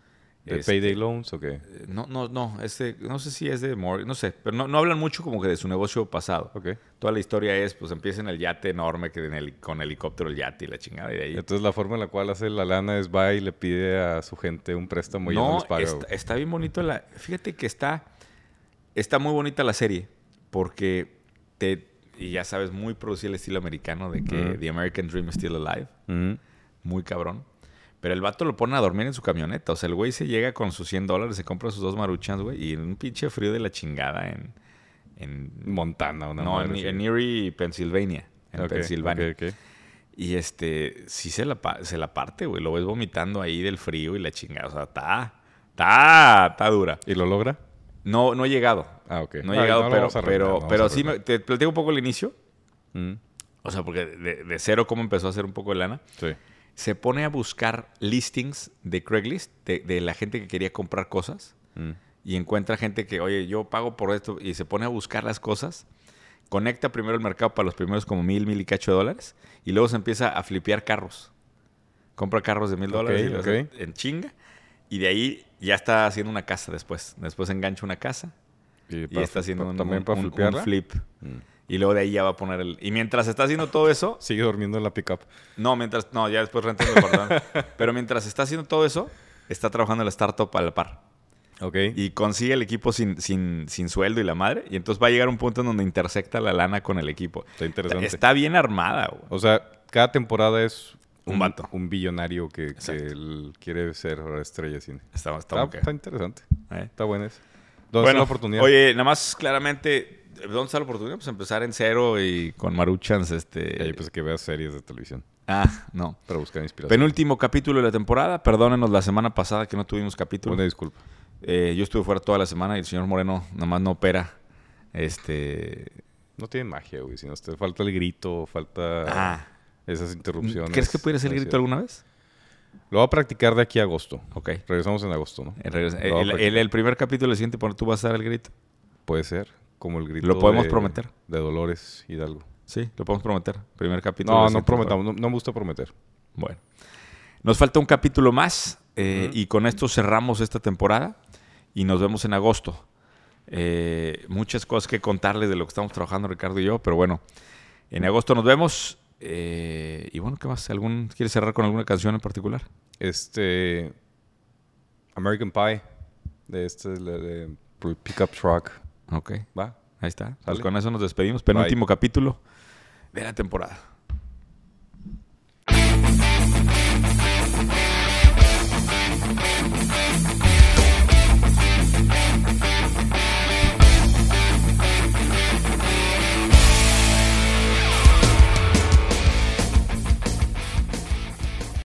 [SPEAKER 2] ¿De
[SPEAKER 1] Es-
[SPEAKER 2] Payday Loans o qué?
[SPEAKER 1] Este. eh, No, no, no. es de- no sé si es de Morgan, no sé. Pero no, no hablan mucho como que de su negocio pasado.
[SPEAKER 2] Ok.
[SPEAKER 1] Toda la historia es, pues empieza en el yate enorme que en el, con helicóptero el yate y la chingada y de ahí.
[SPEAKER 2] Entonces, la forma en la cual hace la lana es va y le pide a su gente un préstamo y ya no
[SPEAKER 1] no, este.
[SPEAKER 2] les paga.
[SPEAKER 1] está,
[SPEAKER 2] güey.
[SPEAKER 1] está bien bonito la. Fíjate que está. Está muy bonita la serie. Porque te. Y ya sabes, muy producida el estilo americano de que
[SPEAKER 2] Ujú.
[SPEAKER 1] The American Dream is still alive.
[SPEAKER 2] Ujú.
[SPEAKER 1] Muy cabrón. Pero el vato lo pone a dormir en su camioneta. O sea, el güey se llega con sus 100 dólares, se compra sus dos maruchans, güey. Y en un pinche frío de la chingada en. en
[SPEAKER 2] Montana, una
[SPEAKER 1] no,
[SPEAKER 2] madre
[SPEAKER 1] en,
[SPEAKER 2] así.
[SPEAKER 1] en Erie, Pensilvania. En
[SPEAKER 2] Ok,
[SPEAKER 1] Pensilvania.
[SPEAKER 2] ok, ok.
[SPEAKER 1] Y este, sí se la, pa- se la parte, güey. Lo ves vomitando ahí del frío y la chingada. O sea, está, está, está dura.
[SPEAKER 2] ¿Y lo logra?
[SPEAKER 1] No, no he llegado.
[SPEAKER 2] Ah, ok.
[SPEAKER 1] No he
[SPEAKER 2] Ah,
[SPEAKER 1] llegado,
[SPEAKER 2] no lo
[SPEAKER 1] pero,
[SPEAKER 2] vamos a arruinar, no
[SPEAKER 1] pero,
[SPEAKER 2] vamos
[SPEAKER 1] pero
[SPEAKER 2] a
[SPEAKER 1] sí me-
[SPEAKER 2] arruinar.
[SPEAKER 1] te planteo un poco el inicio.
[SPEAKER 2] Mm,
[SPEAKER 1] O sea, porque de, de cero cómo empezó a hacer un poco de lana.
[SPEAKER 2] Sí.
[SPEAKER 1] Se pone a buscar listings de Craigslist, de, de la gente que quería comprar cosas.
[SPEAKER 2] Mm.
[SPEAKER 1] Y encuentra gente que, oye, yo pago por esto. Y se pone a buscar las cosas. Conecta primero el mercado para los primeros como mil, mil y cacho de dólares. Y luego se empieza a flipear carros. Compra carros de mil
[SPEAKER 2] Ok,
[SPEAKER 1] dólares y los
[SPEAKER 2] ok.
[SPEAKER 1] en chinga. Y de ahí ya está haciendo una casa después. Después engancha una casa.
[SPEAKER 2] Y,
[SPEAKER 1] Y
[SPEAKER 2] para
[SPEAKER 1] está
[SPEAKER 2] fl-
[SPEAKER 1] haciendo
[SPEAKER 2] pa-
[SPEAKER 1] un,
[SPEAKER 2] también
[SPEAKER 1] un-
[SPEAKER 2] para
[SPEAKER 1] un- un
[SPEAKER 2] flipearla?
[SPEAKER 1] flip.
[SPEAKER 2] Mm.
[SPEAKER 1] Y luego de ahí ya va a poner el. Y mientras está haciendo todo eso.
[SPEAKER 2] Sigue durmiendo en la pickup.
[SPEAKER 1] No, mientras. No, ya después renta un departamento. Pero mientras está haciendo todo eso, está trabajando en la startup a la par.
[SPEAKER 2] Ok.
[SPEAKER 1] Y consigue el equipo sin, sin, sin sueldo y la madre. Y entonces va a llegar un punto en donde intersecta la lana con el equipo.
[SPEAKER 2] Está
[SPEAKER 1] Está,
[SPEAKER 2] interesante.
[SPEAKER 1] está bien armada, güey.
[SPEAKER 2] O sea, cada temporada es
[SPEAKER 1] Un vato.
[SPEAKER 2] Un billonario que, que
[SPEAKER 1] Exacto.
[SPEAKER 2] él quiere ser ahora estrella de cine.
[SPEAKER 1] Está, está
[SPEAKER 2] Está,
[SPEAKER 1] muy
[SPEAKER 2] está
[SPEAKER 1] cabrón,
[SPEAKER 2] interesante.
[SPEAKER 1] ¿eh?
[SPEAKER 2] Está buena esa. ¿Dónde está la oportunidad?
[SPEAKER 1] Oye, nada más claramente. ¿Dónde está la oportunidad? Pues empezar en cero y con Maruchans, este.
[SPEAKER 2] Ya, yo pensé pues, que veas series de televisión
[SPEAKER 1] Ah, no.
[SPEAKER 2] para buscar inspiración.
[SPEAKER 1] Penúltimo capítulo de la temporada. Perdónenos la semana pasada que no tuvimos capítulo.
[SPEAKER 2] Una disculpa.
[SPEAKER 1] Eh, yo estuve fuera toda la semana y el señor Moreno nada más no opera. Este.
[SPEAKER 2] No tiene magia, güey. Sino te falta el grito, falta
[SPEAKER 1] Ah.
[SPEAKER 2] esas interrupciones.
[SPEAKER 1] ¿Crees que pudiera ser el
[SPEAKER 2] Así
[SPEAKER 1] grito
[SPEAKER 2] es.
[SPEAKER 1] alguna vez?
[SPEAKER 2] Lo voy a practicar de aquí a agosto.
[SPEAKER 1] Ok. pues
[SPEAKER 2] Regresamos en agosto, ¿no?
[SPEAKER 1] El, regreso-
[SPEAKER 2] Lo voy a
[SPEAKER 1] el- el-
[SPEAKER 2] practicar.
[SPEAKER 1] el primer capítulo, el siguiente, pon- tú vas a dar el grito.
[SPEAKER 2] Puede ser. Como el grito.
[SPEAKER 1] Lo podemos
[SPEAKER 2] de-
[SPEAKER 1] prometer.
[SPEAKER 2] De Dolores Hidalgo.
[SPEAKER 1] Sí, lo podemos prometer. Primer capítulo.
[SPEAKER 2] No,
[SPEAKER 1] el
[SPEAKER 2] no
[SPEAKER 1] siguiente,
[SPEAKER 2] prometamos. No, no me gusta prometer.
[SPEAKER 1] Bueno. Nos falta un capítulo más eh, y con esto cerramos esta temporada y nos vemos en agosto. Eh, muchas cosas que contarles de lo que estamos trabajando Ricardo y yo, pero bueno, en agosto nos vemos. eh, y bueno, ¿qué más? ¿Algún, ¿Quieres cerrar con alguna canción en particular?
[SPEAKER 2] Este. American Pie. De este. la de pickup Truck.
[SPEAKER 1] Ok,
[SPEAKER 2] ¿Va?
[SPEAKER 1] ahí está. Pues
[SPEAKER 2] Sale.
[SPEAKER 1] con eso nos despedimos. Penúltimo capítulo de la temporada.